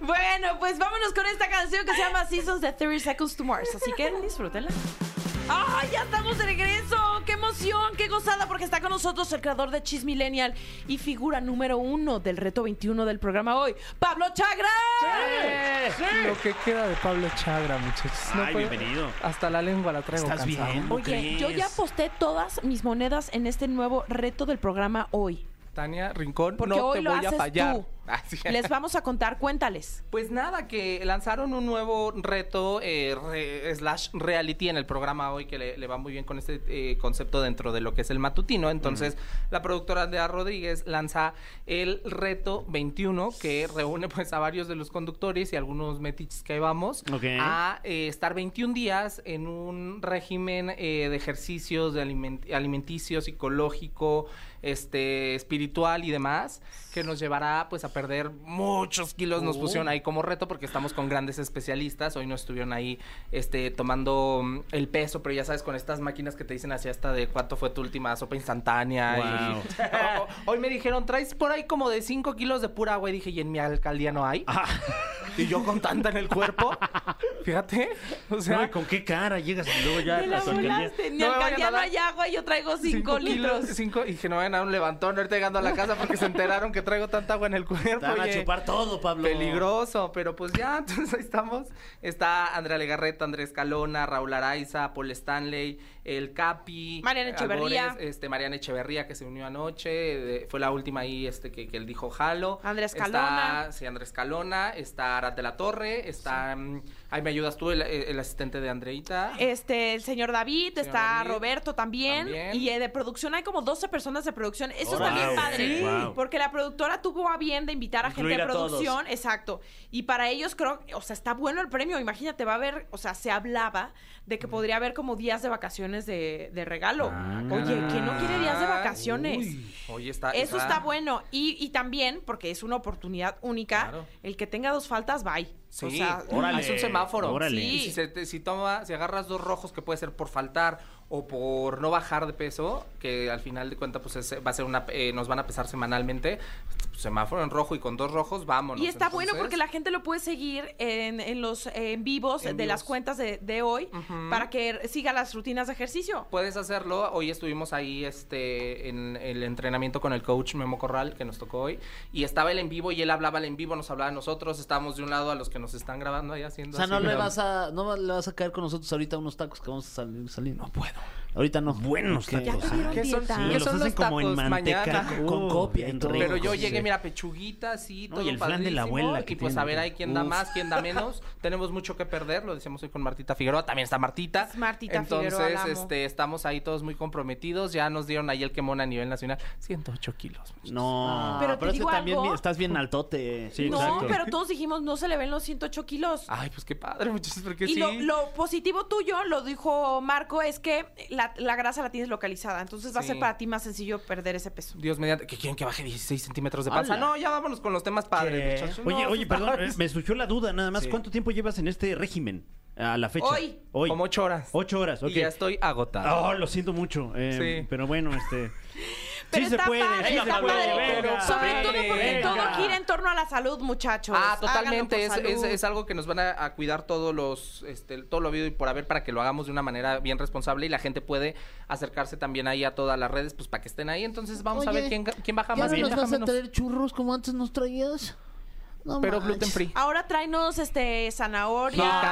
[SPEAKER 2] Bueno, pues vámonos con esta canción que se llama Seasons de 30 Seconds to Mars. Así que disfrútenla. ¡Ay, ya estamos de regreso! ¡Qué emoción! ¡Qué gozada! Porque está con nosotros el creador de Cheese Millennial y figura número uno del reto 21 del programa hoy, Pablo Chagra.
[SPEAKER 6] Lo que queda de Pablo Chagra, muchachos. No
[SPEAKER 3] Ay,
[SPEAKER 6] puedo-
[SPEAKER 3] bienvenido.
[SPEAKER 6] Hasta la lengua la traigo
[SPEAKER 4] ¿Estás
[SPEAKER 6] cansada.
[SPEAKER 4] bien?
[SPEAKER 2] Oye, yo ya aposté todas mis monedas en este nuevo reto del programa hoy.
[SPEAKER 6] Tania Rincón,
[SPEAKER 2] Porque
[SPEAKER 6] no
[SPEAKER 2] hoy
[SPEAKER 6] te
[SPEAKER 2] lo
[SPEAKER 6] voy a
[SPEAKER 2] haces
[SPEAKER 6] fallar.
[SPEAKER 2] tú.
[SPEAKER 6] Así es.
[SPEAKER 2] Les vamos a contar, cuéntales.
[SPEAKER 6] Pues nada, que lanzaron un nuevo reto eh, re- slash reality en el programa hoy que le, le va muy bien con este eh, concepto dentro de lo que es el matutino. Entonces, la productora Andrea Rodríguez lanza el reto 21 que reúne pues a varios de los conductores y algunos metiches que ahí vamos
[SPEAKER 3] Ok.
[SPEAKER 6] a eh, estar 21 días en un régimen eh, de ejercicios de aliment- alimenticio, psicológico, este espiritual y demás que nos llevará pues a perder muchos kilos nos pusieron ahí como reto porque estamos con grandes especialistas hoy nos estuvieron ahí este tomando mm, el peso pero ya sabes con estas máquinas que te dicen así hasta de cuánto fue tu última sopa instantánea y- O- o- hoy me dijeron traes por ahí como de 5 kilos de pura agua y dije y en mi alcaldía no hay y yo con tanta en el cuerpo fíjate o sea
[SPEAKER 3] No, ¿y ¿Con qué cara llegas y luego ya
[SPEAKER 2] Te la
[SPEAKER 3] las alcaldías?
[SPEAKER 2] volaste. Ni
[SPEAKER 6] No me
[SPEAKER 2] al
[SPEAKER 6] vayan a
[SPEAKER 2] cambiano
[SPEAKER 6] dar
[SPEAKER 2] hay agua y yo traigo 5 litros.
[SPEAKER 6] kilos, cinco, y dije, no vayan a dar un levantón ahorita llegando a la casa porque se enteraron que traigo tanta agua en el cuerpo.
[SPEAKER 4] Te van a
[SPEAKER 6] oye.
[SPEAKER 4] chupar todo, Pablo.
[SPEAKER 6] Peligroso, pero pues ya, entonces ahí estamos. Está Andrea Legarreta, Andrés Calona, Raúl Araiza, Paul Stanley, el Capi,
[SPEAKER 2] Mariana Echeverría.
[SPEAKER 6] Albores, este, Mariana Echeverría que se unió anoche, de- fue la última ahí este que, que él dijo Jalo.
[SPEAKER 2] Andrés
[SPEAKER 6] Está-
[SPEAKER 2] Calona.
[SPEAKER 6] sí, Andrés Calona, está Arad de la Torre, está mm, Ahí me ayudas tú, el, el asistente de Andreita.
[SPEAKER 2] Este, el señor David,
[SPEAKER 6] Señor
[SPEAKER 2] está
[SPEAKER 6] David,
[SPEAKER 2] Roberto también,
[SPEAKER 6] también.
[SPEAKER 2] Y eh, de producción hay como 12 personas de producción. Eso
[SPEAKER 4] Órale.
[SPEAKER 2] está bien
[SPEAKER 4] Wow,
[SPEAKER 2] padre.
[SPEAKER 4] sí. Wow.
[SPEAKER 2] Porque la productora tuvo a bien de invitar a
[SPEAKER 4] Incluir
[SPEAKER 2] gente
[SPEAKER 4] a
[SPEAKER 2] de
[SPEAKER 4] todos.
[SPEAKER 2] producción. Exacto. Y para ellos creo, o sea, está bueno el premio. Imagínate, va a haber, o sea, se hablaba de que podría haber como días de vacaciones de, de regalo. Oye, ¿quién no quiere días de vacaciones?
[SPEAKER 6] Uy, Oye, está.
[SPEAKER 2] Eso está bueno. Y, y también, porque es una oportunidad única,
[SPEAKER 6] Claro.
[SPEAKER 2] el que tenga dos faltas, bye.
[SPEAKER 6] Sí,
[SPEAKER 2] O sea,
[SPEAKER 3] órale,
[SPEAKER 6] es un semáforo.
[SPEAKER 3] órale.
[SPEAKER 6] Y
[SPEAKER 2] Sí.
[SPEAKER 6] si, se te- si toma, si agarras dos rojos, que puede ser por faltar o por no bajar de peso, que al final de cuentas pues es- va a ser una, eh, nos van a pesar semanalmente. pues, Semáforo en rojo y con dos rojos, vámonos.
[SPEAKER 2] Y está bueno
[SPEAKER 6] Entonces,
[SPEAKER 2] porque la gente lo puede seguir en, en los eh, en vivos
[SPEAKER 6] En
[SPEAKER 2] de las
[SPEAKER 6] vivos.
[SPEAKER 2] cuentas de, de hoy
[SPEAKER 6] Ujú.
[SPEAKER 2] para que siga las rutinas de ejercicio.
[SPEAKER 6] Puedes hacerlo. Hoy estuvimos ahí este, en el entrenamiento con el coach Memo Corral, que nos tocó hoy. Y estaba él en vivo y él hablaba al en vivo, nos hablaba a nosotros. Estábamos de un lado a los que nos están grabando ahí
[SPEAKER 4] O
[SPEAKER 6] haciendo.
[SPEAKER 4] sea,
[SPEAKER 6] así,
[SPEAKER 4] no le
[SPEAKER 6] pero-
[SPEAKER 4] vas a, no le vas a caer con nosotros ahorita unos tacos que vamos a salir. salir. No puedo. Ahorita no.
[SPEAKER 3] Buenos
[SPEAKER 4] ¿Qué?
[SPEAKER 3] tacos. ¿eh?
[SPEAKER 2] Ya te dieron
[SPEAKER 6] ¿Qué son,
[SPEAKER 2] dieta.
[SPEAKER 3] Sí,
[SPEAKER 6] qué
[SPEAKER 3] los
[SPEAKER 6] son
[SPEAKER 3] hacen
[SPEAKER 6] los
[SPEAKER 3] como en
[SPEAKER 6] tacos
[SPEAKER 3] manteca,
[SPEAKER 6] mañana?
[SPEAKER 4] con- con
[SPEAKER 3] Uh,
[SPEAKER 4] copia y
[SPEAKER 3] bien
[SPEAKER 4] todo.
[SPEAKER 3] rico,
[SPEAKER 6] Pero yo
[SPEAKER 3] sí.
[SPEAKER 6] llegué, mira, pechuguita, sí,
[SPEAKER 3] No,
[SPEAKER 6] todo
[SPEAKER 3] y el flan de la
[SPEAKER 6] padrísimo,
[SPEAKER 3] abuela que
[SPEAKER 6] Y pues
[SPEAKER 3] tiene,
[SPEAKER 6] a ver
[SPEAKER 3] ¿no?
[SPEAKER 6] ahí quién da
[SPEAKER 4] Uf.
[SPEAKER 6] más, quién da menos. Tenemos mucho que perder, lo decíamos hoy con Martita Figueroa, también está Martita.
[SPEAKER 2] Es Martita
[SPEAKER 6] Entonces,
[SPEAKER 2] Figueroa, la amo.
[SPEAKER 6] este, estamos ahí todos muy comprometidos. Ya nos dieron ahí el quemón a nivel nacional. 108 kilos.
[SPEAKER 4] No,
[SPEAKER 2] Pero te
[SPEAKER 4] pero, es que
[SPEAKER 2] digo
[SPEAKER 4] también
[SPEAKER 2] algo.
[SPEAKER 4] mi- estás bien altote.
[SPEAKER 3] Sí,
[SPEAKER 2] no,
[SPEAKER 3] exacto.
[SPEAKER 2] pero todos dijimos, no se le ven los 108 kilos.
[SPEAKER 6] Ay, pues qué padre, muchachos, porque
[SPEAKER 2] y
[SPEAKER 6] sí.
[SPEAKER 2] lo, lo positivo tuyo, lo dijo Marco, es que la, la grasa la tienes localizada. Entonces va a
[SPEAKER 6] Sí.
[SPEAKER 2] ser para ti más sencillo perder ese peso.
[SPEAKER 6] Dios mediante, que quieren que baje 16 centímetros de panza.
[SPEAKER 4] Ala.
[SPEAKER 6] No, ya vámonos con los temas padres,
[SPEAKER 4] ¿Qué?
[SPEAKER 6] muchachos.
[SPEAKER 3] Oye,
[SPEAKER 6] No,
[SPEAKER 3] oye,
[SPEAKER 6] está-
[SPEAKER 3] perdón, eh, me surgió la duda nada más.
[SPEAKER 6] Sí.
[SPEAKER 3] ¿Cuánto tiempo llevas en este régimen a la fecha?
[SPEAKER 2] Hoy.
[SPEAKER 3] Hoy.
[SPEAKER 6] Como ocho horas.
[SPEAKER 3] Ocho horas, ok.
[SPEAKER 6] Y ya estoy agotado.
[SPEAKER 3] Oh, lo siento mucho. eh,
[SPEAKER 6] Sí.
[SPEAKER 3] Pero bueno, este.
[SPEAKER 2] Pero
[SPEAKER 3] sí se
[SPEAKER 2] está
[SPEAKER 3] puede,
[SPEAKER 2] padre,
[SPEAKER 3] sí
[SPEAKER 2] está
[SPEAKER 3] se puede.
[SPEAKER 2] padre.
[SPEAKER 3] venga.
[SPEAKER 2] Sobre todo porque
[SPEAKER 3] venga.
[SPEAKER 2] todo gira en torno a la salud, muchachos.
[SPEAKER 6] Ah,
[SPEAKER 2] Háganlo
[SPEAKER 6] totalmente. Es,
[SPEAKER 2] por
[SPEAKER 6] es-
[SPEAKER 2] salud.
[SPEAKER 6] es algo que nos van a, a cuidar todos los, este, todo lo habido y por haber para que lo hagamos de una manera bien responsable y la gente puede acercarse también ahí a todas las redes, pues para que estén ahí. Entonces vamos a
[SPEAKER 7] Oye,
[SPEAKER 6] ver quién, ga- quién baja
[SPEAKER 7] ¿Ya
[SPEAKER 6] más,
[SPEAKER 7] no
[SPEAKER 6] quién
[SPEAKER 7] nos
[SPEAKER 6] baja
[SPEAKER 7] vas a
[SPEAKER 6] menos.
[SPEAKER 7] traer churros como antes nos traías? No
[SPEAKER 6] Pero
[SPEAKER 7] manches.
[SPEAKER 6] gluten free.
[SPEAKER 2] Ahora tráenos este
[SPEAKER 4] No,
[SPEAKER 2] zanahoria.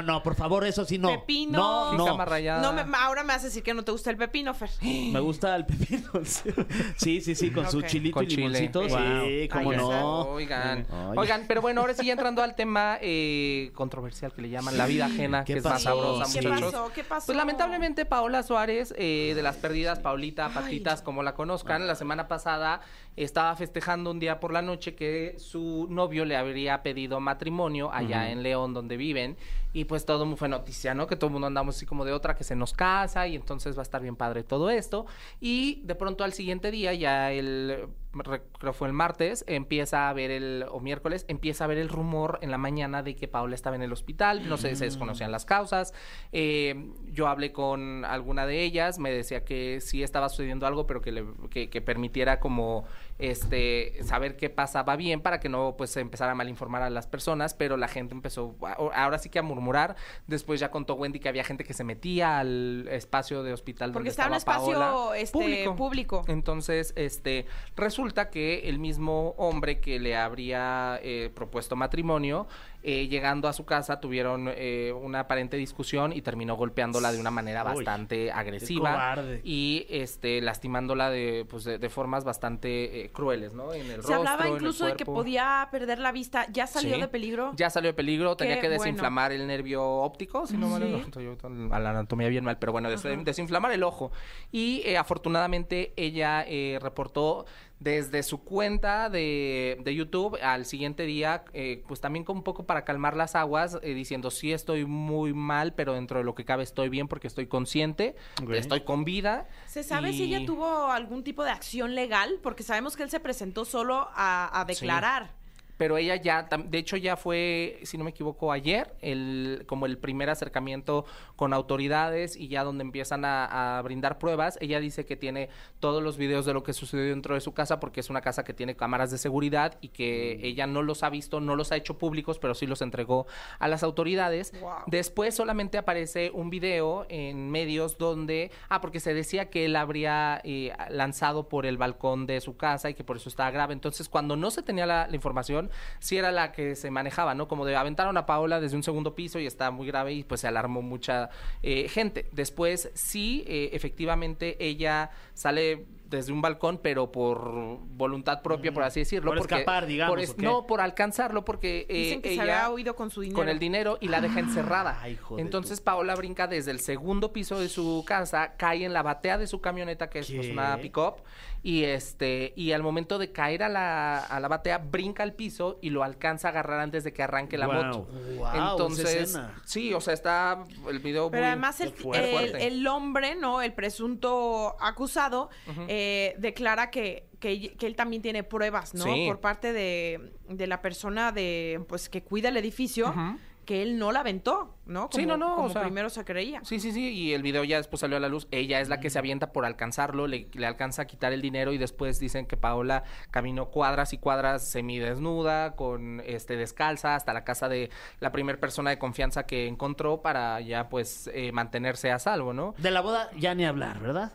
[SPEAKER 4] no, no, no, por favor, eso sí no.
[SPEAKER 2] Pepino.
[SPEAKER 4] No, no.
[SPEAKER 6] Jícama rallada.
[SPEAKER 2] No me- ahora me vas a decir que no te gusta el pepino, Fer.
[SPEAKER 4] Me gusta el pepino. sí. Sí, sí, sí, con su
[SPEAKER 2] Ok.
[SPEAKER 4] chilito
[SPEAKER 6] Con
[SPEAKER 4] y
[SPEAKER 6] chile.
[SPEAKER 4] limoncito. Sí,
[SPEAKER 3] Wow.
[SPEAKER 4] cómo
[SPEAKER 2] Ahí está.
[SPEAKER 4] no.
[SPEAKER 6] Oigan,
[SPEAKER 4] Oye.
[SPEAKER 6] oigan, pero bueno, ahora sí ya entrando al tema eh, controversial que le llaman la vida ajena,
[SPEAKER 4] ¿Qué
[SPEAKER 6] que es más
[SPEAKER 4] pasó?
[SPEAKER 6] sabrosa,
[SPEAKER 4] Sí.
[SPEAKER 2] ¿Qué
[SPEAKER 6] muchachos.
[SPEAKER 2] pasó? ¿Qué pasó?
[SPEAKER 6] Pues lamentablemente Paola Suárez, eh, de las perdidas, Paulita, patitas, como la conozcan, la semana pasada estaba festejando un día por la noche que su novio le habría pedido matrimonio allá en León, donde viven, y pues todo mu- fue noticia, ¿no? Que todo el mundo andamos así como de otra, que se nos casa, y entonces va a estar bien padre todo esto. Y de pronto al siguiente día, ya el, re- creo fue el martes, empieza a ver el, o miércoles, empieza a ver el rumor en la mañana de que Paola estaba en el hospital, no sé,
[SPEAKER 2] Mm.
[SPEAKER 6] se desconocían las causas. Eh, yo hablé con alguna de ellas, me decía que sí estaba sucediendo algo, pero que, le, que, que permitiera como este saber qué pasaba bien para que no pues se empezara a malinformar a las personas, pero la gente empezó a- ahora sí que a murmurar. Después ya contó Wendy que había gente que se metía al espacio de hospital
[SPEAKER 2] Porque
[SPEAKER 6] donde
[SPEAKER 2] estaba en un
[SPEAKER 6] estaba
[SPEAKER 2] espacio
[SPEAKER 6] Paola.
[SPEAKER 2] este, público.
[SPEAKER 6] Entonces, este, resulta que el mismo hombre que le habría eh, propuesto matrimonio, eh, llegando a su casa, tuvieron eh, una aparente discusión y terminó golpeándola de una manera
[SPEAKER 3] Uy,
[SPEAKER 6] bastante agresiva
[SPEAKER 4] cobarde.
[SPEAKER 6] y este, lastimándola de, pues, de, de formas bastante eh, crueles, ¿no? En el
[SPEAKER 2] Se hablaba
[SPEAKER 6] rostro, en el
[SPEAKER 2] incluso de que
[SPEAKER 6] cuerpo.
[SPEAKER 2] podía perder la vista. ¿Ya salió
[SPEAKER 6] Sí.
[SPEAKER 2] de peligro?
[SPEAKER 6] Ya salió de peligro, tenía
[SPEAKER 2] Qué
[SPEAKER 6] que
[SPEAKER 2] bueno.
[SPEAKER 6] desinflamar el nervio óptico, si no mal
[SPEAKER 2] Sí.
[SPEAKER 6] estoy ahorita a la anatomía bien mal, pero bueno, des- desinflamar el ojo. Y eh, afortunadamente ella eh, reportó desde su cuenta de, de YouTube al siguiente día, eh, pues también como un poco para calmar las aguas, eh, diciendo, sí estoy muy mal, pero dentro de lo que cabe estoy bien porque estoy consciente,
[SPEAKER 3] Ok.
[SPEAKER 6] estoy con vida.
[SPEAKER 2] ¿Se sabe si
[SPEAKER 6] y-
[SPEAKER 2] ella tuvo algún tipo de acción legal? Porque sabemos que él se presentó solo a, a declarar.
[SPEAKER 6] Pero ella ya, tam- de hecho ya fue, si no me equivoco, ayer, el, como el primer acercamiento con autoridades y ya donde empiezan a, a brindar pruebas. Ella dice que tiene todos los videos de lo que sucedió dentro de su casa porque es una casa que tiene cámaras de seguridad y que ella no los ha visto, no los ha hecho públicos, pero sí los entregó a las autoridades.
[SPEAKER 2] Wow.
[SPEAKER 6] Después solamente aparece un video en medios donde, ah, porque se decía que él habría eh, lanzado por el balcón de su casa y que por eso estaba grave. Entonces, cuando no se tenía la, la información, sí era la que se manejaba, ¿no? Como de aventaron a Paola desde un segundo piso y estaba muy grave y pues se alarmó mucha eh, gente. Después, sí, eh, efectivamente, ella sale desde un balcón, pero por voluntad propia, por así decirlo.
[SPEAKER 4] Por
[SPEAKER 6] porque-
[SPEAKER 4] escapar, digamos,
[SPEAKER 6] por es-
[SPEAKER 4] ¿o qué?
[SPEAKER 6] no, por alcanzarlo, porque eh,
[SPEAKER 2] Dicen que se
[SPEAKER 6] ella-
[SPEAKER 2] había huido con su dinero.
[SPEAKER 6] con el dinero y la deja encerrada.
[SPEAKER 4] Ay, hijo de
[SPEAKER 6] Entonces Paola brinca desde el segundo piso de su casa, cae en la batea de su camioneta, que es pues,
[SPEAKER 4] ¿Qué?
[SPEAKER 6] una pick-up, y este, y al momento de caer a la, a la batea, brinca al piso y lo alcanza a agarrar antes de que arranque la
[SPEAKER 3] Guau.
[SPEAKER 6] moto.
[SPEAKER 4] Guau, esa
[SPEAKER 6] Entonces,
[SPEAKER 4] escena.
[SPEAKER 6] sí, o sea, está el video
[SPEAKER 2] Pero
[SPEAKER 6] muy
[SPEAKER 2] además el,
[SPEAKER 6] fuerte.
[SPEAKER 2] el- el hombre, ¿no? El presunto acusado eh, declara que, que- que él también tiene pruebas, ¿no?
[SPEAKER 6] Sí.
[SPEAKER 2] Por parte de, de la persona de pues que cuida el edificio,
[SPEAKER 6] Ujú.
[SPEAKER 2] que él no la aventó, ¿no?
[SPEAKER 6] Sí, no, no, o
[SPEAKER 2] Como
[SPEAKER 6] sea-
[SPEAKER 2] primero se creía.
[SPEAKER 6] Sí, sí, sí, y el video ya después salió a la luz. Ella es la que se avienta por alcanzarlo, le, le alcanza a quitar el dinero y después dicen que Paola caminó cuadras y cuadras semidesnuda, con este descalza hasta la casa de la primer persona de confianza que encontró para ya pues eh, mantenerse a salvo, ¿no?
[SPEAKER 4] De la boda ya ni hablar, ¿verdad?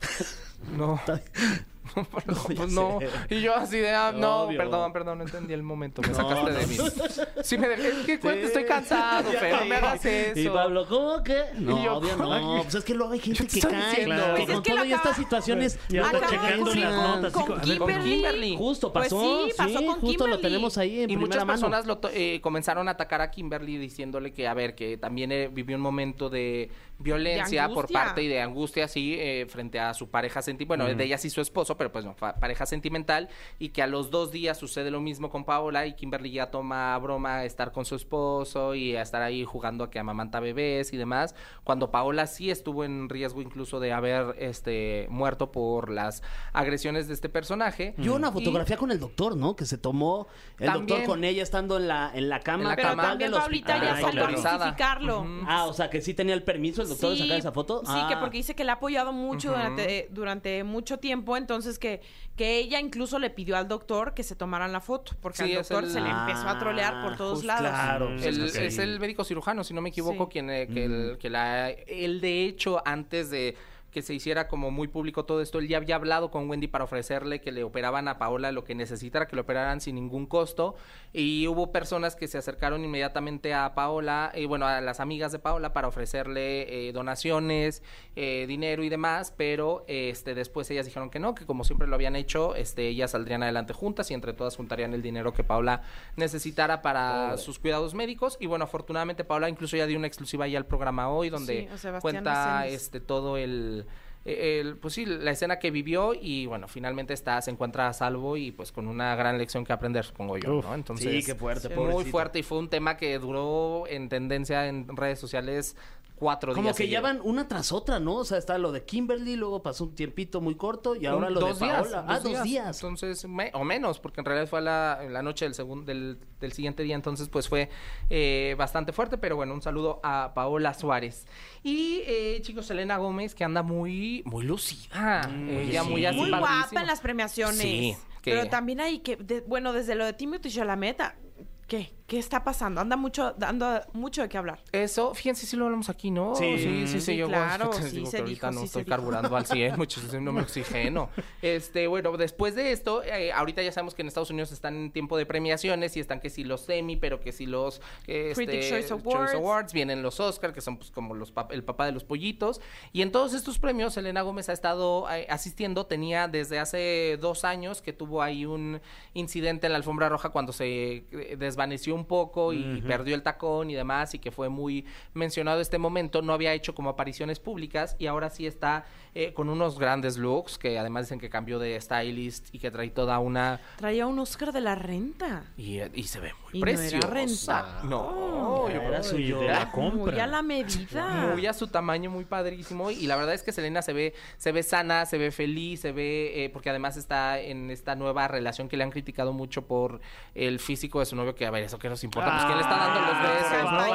[SPEAKER 6] No. No, perdón, pues no. Y yo así de, ah, no,
[SPEAKER 4] Obvio.
[SPEAKER 6] perdón, perdón, no entendí el momento. Me
[SPEAKER 4] No,
[SPEAKER 6] sacaste
[SPEAKER 4] no,
[SPEAKER 6] de mí. Sí, me dejé. Es
[SPEAKER 2] Pues,
[SPEAKER 6] que cuento, estoy cansado,
[SPEAKER 4] Ya
[SPEAKER 6] pero no
[SPEAKER 4] sé.
[SPEAKER 6] me hagas eso.
[SPEAKER 4] Y Pablo, ¿cómo que? No,
[SPEAKER 6] Y yo,
[SPEAKER 4] obvio no.
[SPEAKER 6] ay.
[SPEAKER 4] Pues es que luego hay gente
[SPEAKER 6] Yo te
[SPEAKER 4] que
[SPEAKER 6] estoy
[SPEAKER 4] cae.
[SPEAKER 6] diciendo.
[SPEAKER 4] Que
[SPEAKER 6] Pues
[SPEAKER 2] es
[SPEAKER 4] con
[SPEAKER 2] que
[SPEAKER 4] todo
[SPEAKER 2] la
[SPEAKER 4] y estas
[SPEAKER 2] acaba-
[SPEAKER 4] situaciones.
[SPEAKER 3] Ya
[SPEAKER 4] luego
[SPEAKER 3] ando
[SPEAKER 2] Acaba de
[SPEAKER 3] checando
[SPEAKER 2] ocurrir
[SPEAKER 3] las
[SPEAKER 2] Ah, con,
[SPEAKER 3] notas,
[SPEAKER 2] con
[SPEAKER 3] hijo. A ver,
[SPEAKER 6] con
[SPEAKER 2] Kimberly.
[SPEAKER 6] Kimberly.
[SPEAKER 4] Justo
[SPEAKER 2] Pues
[SPEAKER 4] pasó.
[SPEAKER 2] sí, pasó con
[SPEAKER 4] justo lo
[SPEAKER 2] Kimberly.
[SPEAKER 4] tenemos ahí en
[SPEAKER 6] y
[SPEAKER 4] primera
[SPEAKER 6] muchas
[SPEAKER 4] mano.
[SPEAKER 6] personas lo to- eh, comenzaron a atacar a Kimberly diciéndole que, a ver, que también eh, vivió un momento de violencia
[SPEAKER 2] De
[SPEAKER 6] por
[SPEAKER 2] angustia.
[SPEAKER 6] parte y de angustia, sí, eh, frente a su pareja sentimental, bueno, de ella sí su esposo, pero pues no, fa- pareja sentimental, y que a los dos días sucede lo mismo con Paola y Kimberly ya toma a broma estar con su esposo y a estar ahí jugando a que amamanta bebés y demás, cuando Paola sí estuvo en riesgo incluso de haber este muerto por las agresiones de este personaje.
[SPEAKER 4] Yo
[SPEAKER 2] Mm.
[SPEAKER 4] una
[SPEAKER 6] Y-
[SPEAKER 4] fotografía con el doctor, ¿no? Que se tomó el doctor
[SPEAKER 6] También.
[SPEAKER 4] con ella estando en la, en la cama.
[SPEAKER 6] En la
[SPEAKER 2] Pero
[SPEAKER 6] cama.
[SPEAKER 4] catal
[SPEAKER 2] también
[SPEAKER 4] del
[SPEAKER 2] Paulita ya
[SPEAKER 4] hospital.
[SPEAKER 6] Ay,
[SPEAKER 2] salió
[SPEAKER 6] claro.
[SPEAKER 2] a justificarlo.
[SPEAKER 6] Ujú.
[SPEAKER 4] Ah, o sea, que sí tenía el permiso el doctor de sacar esa foto.
[SPEAKER 2] Sí,
[SPEAKER 4] Ah.
[SPEAKER 2] que porque dice que la ha apoyado mucho
[SPEAKER 6] Ujú.
[SPEAKER 2] durante, durante mucho tiempo, entonces que, que ella incluso le pidió al doctor que se tomaran la foto, porque
[SPEAKER 6] Sí,
[SPEAKER 2] al
[SPEAKER 6] es
[SPEAKER 2] doctor
[SPEAKER 6] el-
[SPEAKER 2] se le empezó a trolear por
[SPEAKER 4] Ah,
[SPEAKER 2] todos
[SPEAKER 4] just-
[SPEAKER 2] lados.
[SPEAKER 4] Claro.
[SPEAKER 3] Mm.
[SPEAKER 4] pues
[SPEAKER 6] El-
[SPEAKER 4] es que
[SPEAKER 6] Es
[SPEAKER 4] sí.
[SPEAKER 6] el médico cirujano, si no me equivoco,
[SPEAKER 2] Sí.
[SPEAKER 6] quien eh, que, el- que la él de hecho antes de que se hiciera como muy público todo esto, él ya había hablado con Wendy para ofrecerle que le operaban a Paola lo que necesitara, que le operaran sin ningún costo y hubo personas que se acercaron inmediatamente a Paola, y bueno, a las amigas de Paola para ofrecerle eh, donaciones, eh, dinero y demás, pero este después ellas dijeron que no, que como siempre lo habían hecho, este ellas saldrían adelante juntas y entre todas juntarían el dinero que Paola necesitara para sus cuidados médicos y bueno, afortunadamente Paola incluso ya dio una exclusiva ya al programa hoy donde
[SPEAKER 2] Sí, a Sebastián
[SPEAKER 6] cuenta
[SPEAKER 2] Meséndez.
[SPEAKER 6] este todo el el- pues sí, la escena que vivió y bueno, finalmente está, se encuentra a salvo y pues con una gran lección que aprender, supongo yo,
[SPEAKER 3] Uf.
[SPEAKER 6] ¿no?
[SPEAKER 4] Sí,
[SPEAKER 6] Entonces,
[SPEAKER 4] qué fuerte,
[SPEAKER 6] muy
[SPEAKER 4] pobrecita.
[SPEAKER 6] fuerte y fue un tema que duró en tendencia en redes sociales cuatro
[SPEAKER 4] Como
[SPEAKER 6] días.
[SPEAKER 4] que ya
[SPEAKER 6] seguidos.
[SPEAKER 4] van una tras otra, ¿no? O sea, está lo de Kimberly, luego pasó un tiempito muy corto y ahora
[SPEAKER 6] Un-
[SPEAKER 4] lo de
[SPEAKER 6] dos días,
[SPEAKER 4] Paola. ah, dos días.
[SPEAKER 6] Entonces, me- o menos, porque en realidad fue a la, en la noche del, segun- del, del siguiente día, entonces pues fue eh, bastante fuerte, pero bueno, un saludo a Paola Suárez. Y eh, chicos, Elena Gómez, que anda muy, muy lucida, eh, ya
[SPEAKER 4] sí.
[SPEAKER 6] muy así
[SPEAKER 2] Mm, Muy guapa
[SPEAKER 6] padrísimo.
[SPEAKER 2] en las premiaciones.
[SPEAKER 6] Sí, que-
[SPEAKER 2] Pero también hay que, de- bueno, desde lo de Timothy Chalamet, a- ¿qué? ¿Qué está pasando? Anda mucho, dando mucho de qué hablar.
[SPEAKER 6] Eso, fíjense, sí lo hablamos aquí, ¿no?
[SPEAKER 4] Sí.
[SPEAKER 6] sí,
[SPEAKER 2] Sí,
[SPEAKER 6] yo,
[SPEAKER 2] claro,
[SPEAKER 6] bueno, les
[SPEAKER 2] sí
[SPEAKER 6] digo
[SPEAKER 2] se
[SPEAKER 6] que ahorita
[SPEAKER 2] dijo, sí
[SPEAKER 6] no
[SPEAKER 2] se
[SPEAKER 6] estoy
[SPEAKER 2] dijo.
[SPEAKER 6] carburando al 100, muchachos, no me oxigeno. Este, bueno, después de esto, eh, ahorita ya sabemos que en Estados Unidos están en tiempo de premiaciones y están que si los Emmy, pero que si los... eh, este,
[SPEAKER 2] Critics' Choice Awards.
[SPEAKER 6] vienen los Oscar, que son pues como los pap- el papá de los pollitos. Y en todos estos premios, Elena Gómez ha estado eh, asistiendo, tenía desde hace dos años que tuvo ahí un incidente en la alfombra roja cuando se eh, desvaneció un poco y perdió el tacón y demás, y que fue muy mencionado este momento, no había hecho como apariciones públicas y ahora sí está eh, con unos grandes looks, que además dicen que cambió de stylist y que trae toda una...
[SPEAKER 2] Traía un Oscar de la renta.
[SPEAKER 6] Y, eh, y se ve muy
[SPEAKER 2] Y no era
[SPEAKER 6] preciosa.
[SPEAKER 2] renta.
[SPEAKER 6] No, yo
[SPEAKER 3] Era
[SPEAKER 6] creo-
[SPEAKER 3] suyo.
[SPEAKER 6] Era
[SPEAKER 3] La compra.
[SPEAKER 2] Muy a la medida.
[SPEAKER 6] muy a su tamaño, muy padrísimo. Y la verdad es que Selena se ve, se ve sana, se ve feliz, se ve, eh, porque además está en esta nueva relación que le han criticado mucho por el físico de su novio, que a ver, eso que nos importa, pues quién le está dando los besos,
[SPEAKER 2] por
[SPEAKER 6] ¿no?
[SPEAKER 2] favor,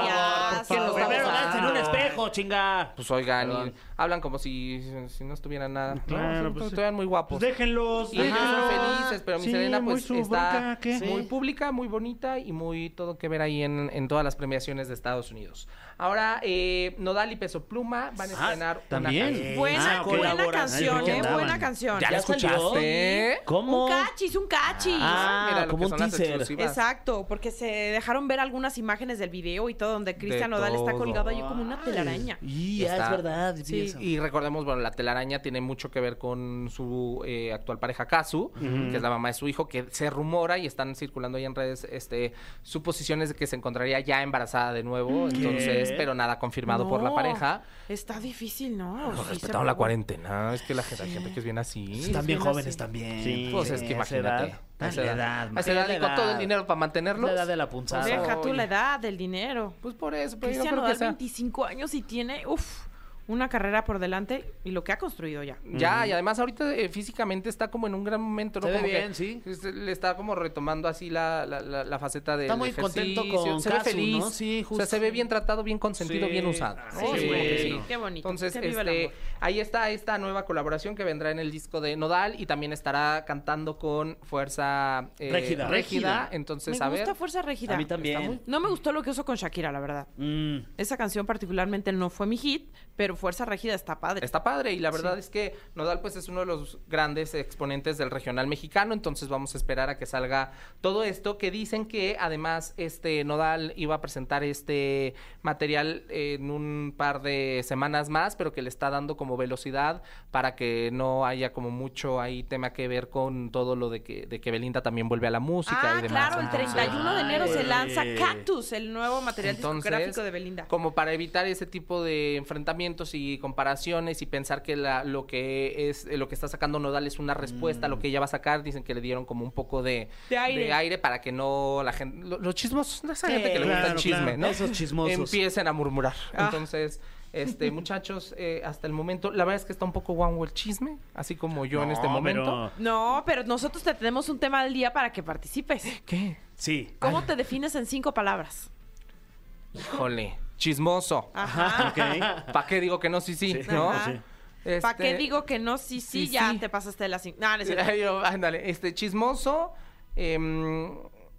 [SPEAKER 6] ¿Quién lo está
[SPEAKER 4] Primero
[SPEAKER 6] besando?
[SPEAKER 4] danza en un espejo, chinga.
[SPEAKER 6] Pues oigan, y
[SPEAKER 4] Perdón.
[SPEAKER 6] hablan como si, si no estuvieran nada. No,
[SPEAKER 3] Claro,
[SPEAKER 6] sí,
[SPEAKER 3] pues,
[SPEAKER 6] estuvieran muy guapos.
[SPEAKER 3] Pues déjenlos.
[SPEAKER 6] Y ellos
[SPEAKER 3] déjenlos.
[SPEAKER 6] son felices, pero mi
[SPEAKER 3] Sí,
[SPEAKER 6] Selena
[SPEAKER 3] muy
[SPEAKER 6] pues
[SPEAKER 3] su
[SPEAKER 6] está
[SPEAKER 3] bronca, ¿qué?
[SPEAKER 6] muy
[SPEAKER 3] Sí.
[SPEAKER 6] pública, muy bonita y muy todo que ver ahí en, en todas las premiaciones de Estados Unidos. Ahora, eh, Nodal y Peso Pluma van a estrenar una
[SPEAKER 3] Ah, también.
[SPEAKER 6] canción.
[SPEAKER 2] Buena,
[SPEAKER 4] Ah,
[SPEAKER 2] buena
[SPEAKER 4] colaboración.
[SPEAKER 2] canción,
[SPEAKER 3] Ahí
[SPEAKER 2] ¿eh?
[SPEAKER 3] andaban.
[SPEAKER 2] Buena canción.
[SPEAKER 4] Ya la escuchaste.
[SPEAKER 6] ¿Eh?
[SPEAKER 4] ¿Cómo?
[SPEAKER 2] Un cachis, un cachis.
[SPEAKER 4] Ah,
[SPEAKER 6] Mira lo
[SPEAKER 4] como
[SPEAKER 6] que
[SPEAKER 4] un
[SPEAKER 6] son las
[SPEAKER 4] teaser.
[SPEAKER 6] exclusivas.
[SPEAKER 2] Exacto, porque se dejaron ver algunas imágenes del video y todo donde Cristian Nodal está
[SPEAKER 6] todo.
[SPEAKER 2] colgado ahí como una telaraña.
[SPEAKER 4] Y
[SPEAKER 6] Está-
[SPEAKER 4] es verdad. vi
[SPEAKER 2] Sí.
[SPEAKER 4] eso.
[SPEAKER 6] Y recordemos, bueno, la telaraña tiene mucho que ver con su eh, actual pareja Kazu, que es la mamá de su hijo, que se rumora y están circulando ahí en redes este, suposiciones de que se encontraría ya embarazada de nuevo,
[SPEAKER 4] Mm.
[SPEAKER 6] entonces, pero nada confirmado por la
[SPEAKER 2] No,
[SPEAKER 6] pareja. Pues
[SPEAKER 2] Está difícil, ¿no? Sí, se
[SPEAKER 6] Respetaron la
[SPEAKER 2] puede-
[SPEAKER 6] cuarentena, es que la gente, hay gente que es bien así.
[SPEAKER 4] Están bien
[SPEAKER 2] bien así.
[SPEAKER 4] jóvenes también.
[SPEAKER 3] Sí.
[SPEAKER 6] Pues es que
[SPEAKER 4] a esa
[SPEAKER 6] imagínate.
[SPEAKER 4] edad.
[SPEAKER 6] A esa edad, a
[SPEAKER 4] ¿qué
[SPEAKER 6] esa edad, y con todo el dinero para mantenerlos.
[SPEAKER 4] La edad de la punzada.
[SPEAKER 2] Deja tú la edad, del dinero.
[SPEAKER 6] Pues por eso, pero yo
[SPEAKER 2] Cristian
[SPEAKER 6] creo que
[SPEAKER 2] Nodal,
[SPEAKER 6] sea-
[SPEAKER 2] 25 años y tiene, uff, una carrera por delante y lo que ha construido ya.
[SPEAKER 6] Ya, y además ahorita eh, físicamente está como en un gran momento, ¿no?
[SPEAKER 4] Se ve
[SPEAKER 6] Como que
[SPEAKER 4] bien, sí.
[SPEAKER 6] es- Le está como retomando así la, la, la- la faceta de
[SPEAKER 4] Está muy contento con
[SPEAKER 6] se ve
[SPEAKER 4] Casu,
[SPEAKER 6] feliz.
[SPEAKER 4] ¿no? Sí,
[SPEAKER 6] O sea,
[SPEAKER 4] justo.
[SPEAKER 6] se ve bien tratado, bien consentido,
[SPEAKER 4] Sí.
[SPEAKER 6] bien usado. ¿no?
[SPEAKER 4] Sí,
[SPEAKER 6] Es como que
[SPEAKER 4] sí.
[SPEAKER 2] Oh, Qué bonito,
[SPEAKER 6] Entonces,
[SPEAKER 2] que viva el
[SPEAKER 6] este,
[SPEAKER 2] amor.
[SPEAKER 6] ahí está esta nueva colaboración que vendrá en el disco de Nodal y también estará cantando con Fuerza eh,
[SPEAKER 4] Régida. Régida.
[SPEAKER 6] Entonces,
[SPEAKER 2] me
[SPEAKER 6] a ver.
[SPEAKER 2] gusta Fuerza Régida.
[SPEAKER 4] A mí también.
[SPEAKER 2] No me gustó lo que hizo con Shakira, la verdad.
[SPEAKER 4] Mm.
[SPEAKER 2] Esa canción particularmente no fue mi hit, pero Fuerza Régida está padre.
[SPEAKER 6] Está padre y la verdad es que Nodal pues es uno de los grandes exponentes del regional mexicano, entonces vamos a esperar a que salga todo esto que dicen que además este Nodal iba a presentar este material en un par de semanas más, pero que le está dando como velocidad para que no haya como mucho ahí tema que ver con todo lo de que de que Belinda también vuelve a la música
[SPEAKER 2] ah,
[SPEAKER 6] y demás.
[SPEAKER 2] claro, el
[SPEAKER 6] entonces-
[SPEAKER 2] 31 de enero se
[SPEAKER 4] Ay.
[SPEAKER 2] lanza Cactus, el nuevo material
[SPEAKER 6] entonces,
[SPEAKER 2] discográfico de Belinda.
[SPEAKER 6] Como para evitar ese tipo de enfrentamientos y comparaciones y pensar que la- lo que es eh, lo que está sacando Nodal es una respuesta a lo que ella va a sacar, dicen que le dieron como un poco de,
[SPEAKER 2] De aire.
[SPEAKER 6] para que no la gente lo- los chismosos, esa gente que le gusta
[SPEAKER 4] claro,
[SPEAKER 6] el chisme,
[SPEAKER 4] claro.
[SPEAKER 6] ¿no?
[SPEAKER 4] Esos chismosos.
[SPEAKER 6] Empiecen a murmurar.
[SPEAKER 2] Ah.
[SPEAKER 6] Entonces, este muchachos, eh, hasta el momento la verdad es que está un poco guango el chisme, así como yo en este
[SPEAKER 3] No,
[SPEAKER 6] momento.
[SPEAKER 3] pero-
[SPEAKER 2] No, pero nosotros te tenemos un tema del día para que participes.
[SPEAKER 6] ¿Qué?
[SPEAKER 4] Sí.
[SPEAKER 2] ¿Cómo
[SPEAKER 6] Ah.
[SPEAKER 2] te defines en cinco palabras?
[SPEAKER 6] Híjole, chismoso.
[SPEAKER 2] Ajá.
[SPEAKER 6] ¿Para qué digo que no sí sí, no?
[SPEAKER 2] Ajá. ¿Para Ah. qué
[SPEAKER 6] Este-
[SPEAKER 2] digo que no? Sí, sí,
[SPEAKER 6] sí,
[SPEAKER 2] ya
[SPEAKER 6] sí.
[SPEAKER 2] te pasaste de las cinco. No, no es cierto.
[SPEAKER 6] Ay, yo, ándale, este, chismoso, em,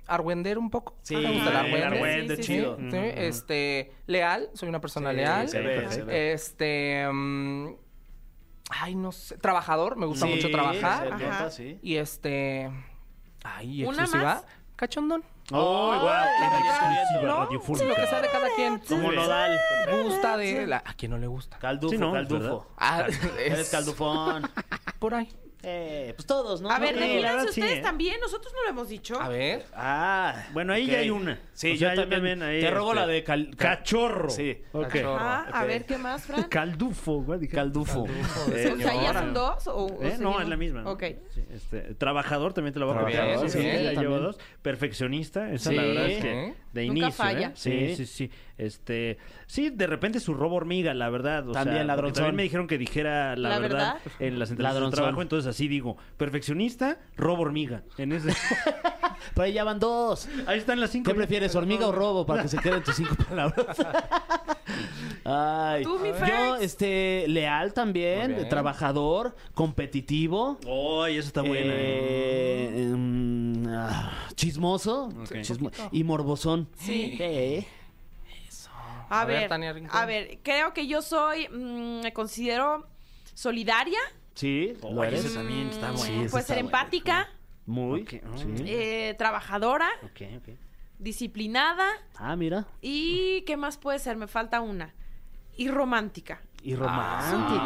[SPEAKER 6] argüender un poco. Ah,
[SPEAKER 4] Sí,
[SPEAKER 6] Me
[SPEAKER 4] el
[SPEAKER 6] gusta el argüender.
[SPEAKER 4] argüende,
[SPEAKER 2] Sí, sí,
[SPEAKER 4] chido.
[SPEAKER 6] Sí, este, leal, soy una persona leal.
[SPEAKER 4] se ve, se ve.
[SPEAKER 6] Este, em, ay, no sé, trabajador, me gusta
[SPEAKER 4] Sí,
[SPEAKER 6] mucho
[SPEAKER 4] se
[SPEAKER 6] trabajar.
[SPEAKER 2] Ajá.
[SPEAKER 4] nota, sí.
[SPEAKER 6] Y este, ay,
[SPEAKER 2] ¿Una
[SPEAKER 6] exclusiva,
[SPEAKER 2] más?
[SPEAKER 6] cachondón.
[SPEAKER 4] ¡Oh, guau!
[SPEAKER 2] ¿No?
[SPEAKER 6] Lo que sea de cada quien.
[SPEAKER 4] Como Nodal.
[SPEAKER 6] Gusta de, la- a quien no le gusta.
[SPEAKER 4] Caldufo,
[SPEAKER 3] Sí, no, es
[SPEAKER 4] caldufo.
[SPEAKER 6] Ah,
[SPEAKER 4] Eres caldufón.
[SPEAKER 6] Por ahí.
[SPEAKER 4] Eh, pues todos, ¿no?
[SPEAKER 2] A ver,
[SPEAKER 3] Sí,
[SPEAKER 4] de
[SPEAKER 3] la
[SPEAKER 2] defínanse
[SPEAKER 3] verdad sí,
[SPEAKER 2] ustedes
[SPEAKER 3] ¿eh?
[SPEAKER 2] también. Nosotros no lo hemos dicho.
[SPEAKER 6] A ver.
[SPEAKER 4] Ah.
[SPEAKER 3] Bueno, ahí
[SPEAKER 4] ok.
[SPEAKER 3] ya hay una.
[SPEAKER 4] Sí,
[SPEAKER 3] O
[SPEAKER 4] yo,
[SPEAKER 3] sea, yo
[SPEAKER 4] también.
[SPEAKER 3] también ahí,
[SPEAKER 4] Te robo
[SPEAKER 3] este,
[SPEAKER 4] la de cal- cal-
[SPEAKER 3] Cachorro.
[SPEAKER 4] Sí.
[SPEAKER 3] Ok.
[SPEAKER 6] Cachorro.
[SPEAKER 2] Ajá, Ah, a
[SPEAKER 4] ok.
[SPEAKER 2] ver, ¿qué más, Fran?
[SPEAKER 3] Caldufo, güey. dije.
[SPEAKER 4] Caldufo.
[SPEAKER 3] Eh,
[SPEAKER 2] o sea, ¿ya son dos? O, o
[SPEAKER 3] Eh, no,
[SPEAKER 2] seguimos?
[SPEAKER 3] es la misma. ¿no?
[SPEAKER 2] Ok.
[SPEAKER 3] Sí, este, trabajador también te la voy a
[SPEAKER 6] Trabajador,
[SPEAKER 3] contar.
[SPEAKER 6] sí,
[SPEAKER 3] Sí, ya
[SPEAKER 6] también.
[SPEAKER 3] llevo dos. Perfeccionista, esa
[SPEAKER 4] Sí.
[SPEAKER 3] la verdad es que
[SPEAKER 6] Sí.
[SPEAKER 3] de
[SPEAKER 2] Nunca
[SPEAKER 3] inicio.
[SPEAKER 2] falla.
[SPEAKER 3] ¿eh? Sí,
[SPEAKER 4] Sí.
[SPEAKER 3] sí, sí. Este, sí, de repente su robo hormiga, la verdad. O
[SPEAKER 4] También
[SPEAKER 3] sea, porque
[SPEAKER 4] ladronzón.
[SPEAKER 3] También me dijeron que dijera la,
[SPEAKER 2] La
[SPEAKER 3] verdad,
[SPEAKER 2] verdad.
[SPEAKER 3] en las entrevistas de
[SPEAKER 4] Ladronzón.
[SPEAKER 3] trabajo, entonces así digo, perfeccionista, robo hormiga. En ese...
[SPEAKER 4] Pero ahí ya van dos.
[SPEAKER 3] Ahí están las cinco.
[SPEAKER 4] ¿Qué prefieres, hormiga o robo? Para que se queden tus cinco palabras. Ay.
[SPEAKER 2] Tú, mi
[SPEAKER 4] Yo,
[SPEAKER 2] Ferx.
[SPEAKER 4] este, leal también,
[SPEAKER 6] Muy bien.
[SPEAKER 4] trabajador, competitivo.
[SPEAKER 3] Ay, esa está buena.
[SPEAKER 4] eh, em, ah, chismoso,
[SPEAKER 3] Ok.
[SPEAKER 4] chismo- y morbosón.
[SPEAKER 2] Sí.
[SPEAKER 4] Eh,
[SPEAKER 2] A,
[SPEAKER 6] A ver,
[SPEAKER 2] ver,
[SPEAKER 6] Tania Rincón.
[SPEAKER 2] a ver, creo que yo soy, mm, me considero solidaria,
[SPEAKER 4] Sí,
[SPEAKER 3] Oh,
[SPEAKER 4] lo
[SPEAKER 3] esa
[SPEAKER 4] eres.
[SPEAKER 3] también está
[SPEAKER 4] Mm, Sí,
[SPEAKER 3] buena.
[SPEAKER 2] puede
[SPEAKER 4] esa está
[SPEAKER 2] pues,
[SPEAKER 4] Mm.
[SPEAKER 2] ser
[SPEAKER 4] buena.
[SPEAKER 2] empática,
[SPEAKER 4] Muy.
[SPEAKER 3] Ok,
[SPEAKER 4] sí.
[SPEAKER 2] eh, trabajadora,
[SPEAKER 3] Ok, ok.
[SPEAKER 2] disciplinada
[SPEAKER 4] Ah, mira.
[SPEAKER 2] y ¿qué más puede ser? Me falta una. Y romántica.
[SPEAKER 3] Ah.
[SPEAKER 4] Y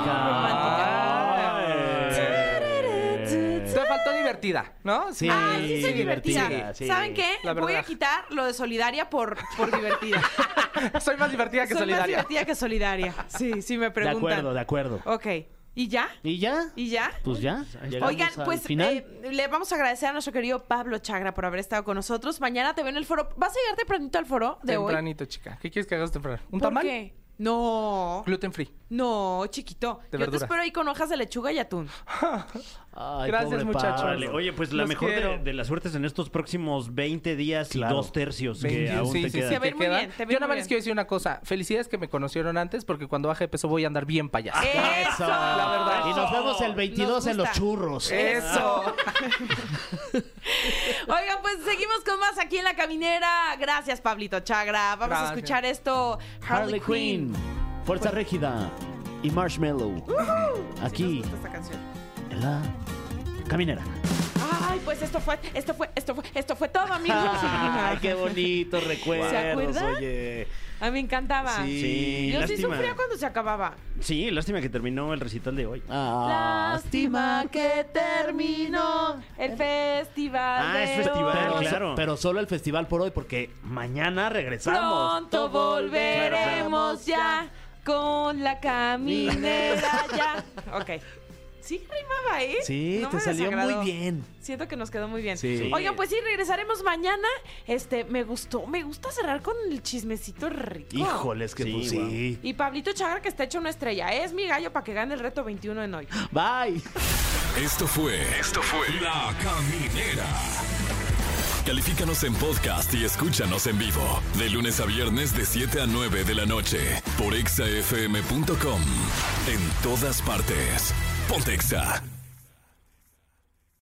[SPEAKER 2] Ah.
[SPEAKER 4] romántica.
[SPEAKER 2] romántica.
[SPEAKER 6] Te faltó divertida, ¿no?
[SPEAKER 4] Sí.
[SPEAKER 2] Ay, Ah, sí, soy divertida.
[SPEAKER 4] divertida, sí.
[SPEAKER 2] ¿Saben qué?
[SPEAKER 6] La
[SPEAKER 2] Voy a
[SPEAKER 6] verdad.
[SPEAKER 2] quitar lo de solidaria por, por divertida.
[SPEAKER 6] Soy más divertida que
[SPEAKER 2] Soy más
[SPEAKER 6] solidaria.
[SPEAKER 2] divertida que solidaria. Sí, sí, me
[SPEAKER 4] De
[SPEAKER 2] preguntan.
[SPEAKER 4] acuerdo, de acuerdo.
[SPEAKER 2] Ok. ¿Y ya?
[SPEAKER 4] ¿Y ya?
[SPEAKER 2] ¿Y ya?
[SPEAKER 4] Pues ya. llegamos
[SPEAKER 2] Oigan,
[SPEAKER 4] al
[SPEAKER 2] pues
[SPEAKER 4] final.
[SPEAKER 2] eh, le vamos a agradecer a nuestro querido Pablo Chagra por haber estado con nosotros. Mañana te veo en el foro. ¿Vas a llegar tempranito al foro de hoy?
[SPEAKER 6] Tempranito, chica. ¿Qué quieres que hagas temprano? ¿Un
[SPEAKER 2] ¿Por
[SPEAKER 6] tamal?
[SPEAKER 2] qué? No,
[SPEAKER 6] Gluten free.
[SPEAKER 2] no, chiquito. Yo
[SPEAKER 6] De
[SPEAKER 2] te
[SPEAKER 6] verdura.
[SPEAKER 2] espero ahí con hojas de lechuga y atún.
[SPEAKER 4] Ay,
[SPEAKER 6] Gracias,
[SPEAKER 4] pobre
[SPEAKER 6] muchachos.
[SPEAKER 4] Pablo.
[SPEAKER 3] Órale, oye, pues la
[SPEAKER 6] Los
[SPEAKER 3] mejor
[SPEAKER 6] quiero.
[SPEAKER 3] de, de las suertes en estos próximos 20 días
[SPEAKER 4] Claro.
[SPEAKER 3] y dos tercios que
[SPEAKER 6] 20.
[SPEAKER 3] aún te quedan.
[SPEAKER 2] sí. Te va a ir muy bien, te va a ir muy
[SPEAKER 6] Yo nada más les
[SPEAKER 2] bien.
[SPEAKER 6] quiero decir una cosa. Felicidades que me conocieron antes porque cuando baje de peso voy a andar bien payaso.
[SPEAKER 2] ¡Eso!
[SPEAKER 6] La verdad.
[SPEAKER 4] Y nos vemos el
[SPEAKER 2] Nos
[SPEAKER 4] 22 en los
[SPEAKER 2] gusta.
[SPEAKER 4] churros. ¿eh?
[SPEAKER 6] ¡Eso!
[SPEAKER 2] Oigan, pues seguimos con más aquí en La Caminera. Gracias, Pablito Chagra. Vamos a
[SPEAKER 6] Gracias.
[SPEAKER 2] escuchar esto. Harley,
[SPEAKER 4] Harley Quinn, Fuerza Régida y Marshmallow.
[SPEAKER 2] Sí,
[SPEAKER 4] Aquí,
[SPEAKER 2] nos gusta esta canción.
[SPEAKER 4] en la caminera.
[SPEAKER 2] Ay, pues esto fue, esto fue, esto fue, esto fue todo, amigos.
[SPEAKER 4] Ay, qué bonitos recuerdos,
[SPEAKER 2] Ah. acuerdan?
[SPEAKER 4] oye.
[SPEAKER 2] A mí me encantaba.
[SPEAKER 3] Sí,
[SPEAKER 2] Yo sí
[SPEAKER 3] lástima.
[SPEAKER 2] sufría cuando se acababa.
[SPEAKER 3] Sí, lástima que terminó el recital de hoy.
[SPEAKER 4] Ah.
[SPEAKER 2] Lástima que terminó el festival.
[SPEAKER 3] Ah, es
[SPEAKER 2] de
[SPEAKER 3] festival,
[SPEAKER 2] hoy.
[SPEAKER 4] Pero, so-
[SPEAKER 3] claro.
[SPEAKER 4] pero solo el festival por hoy, porque mañana regresamos.
[SPEAKER 2] Pronto volveremos ya con la caminera ya. Ok. Sí, rimaba, ¿eh?
[SPEAKER 4] Sí,
[SPEAKER 2] No
[SPEAKER 4] te
[SPEAKER 2] me
[SPEAKER 4] salió
[SPEAKER 2] desagradó.
[SPEAKER 4] muy bien.
[SPEAKER 2] Siento que nos quedó muy bien.
[SPEAKER 4] Sí.
[SPEAKER 2] Oigan, pues sí, regresaremos mañana. Este, me gustó, me gusta cerrar con el chismecito rico.
[SPEAKER 4] Híjoles, que
[SPEAKER 3] Sí,
[SPEAKER 4] pues,
[SPEAKER 3] guau.
[SPEAKER 4] sí.
[SPEAKER 2] Y Pablito Chagra, que está hecho una estrella. Es mi gallo para que gane el reto 21 en hoy.
[SPEAKER 4] Bye.
[SPEAKER 1] Esto fue. Esto fue. La Caminera. Califícanos en podcast y escúchanos en vivo. De lunes a viernes, de 7 a 9 de la noche. Por exafm.com. En todas partes. Pontexa.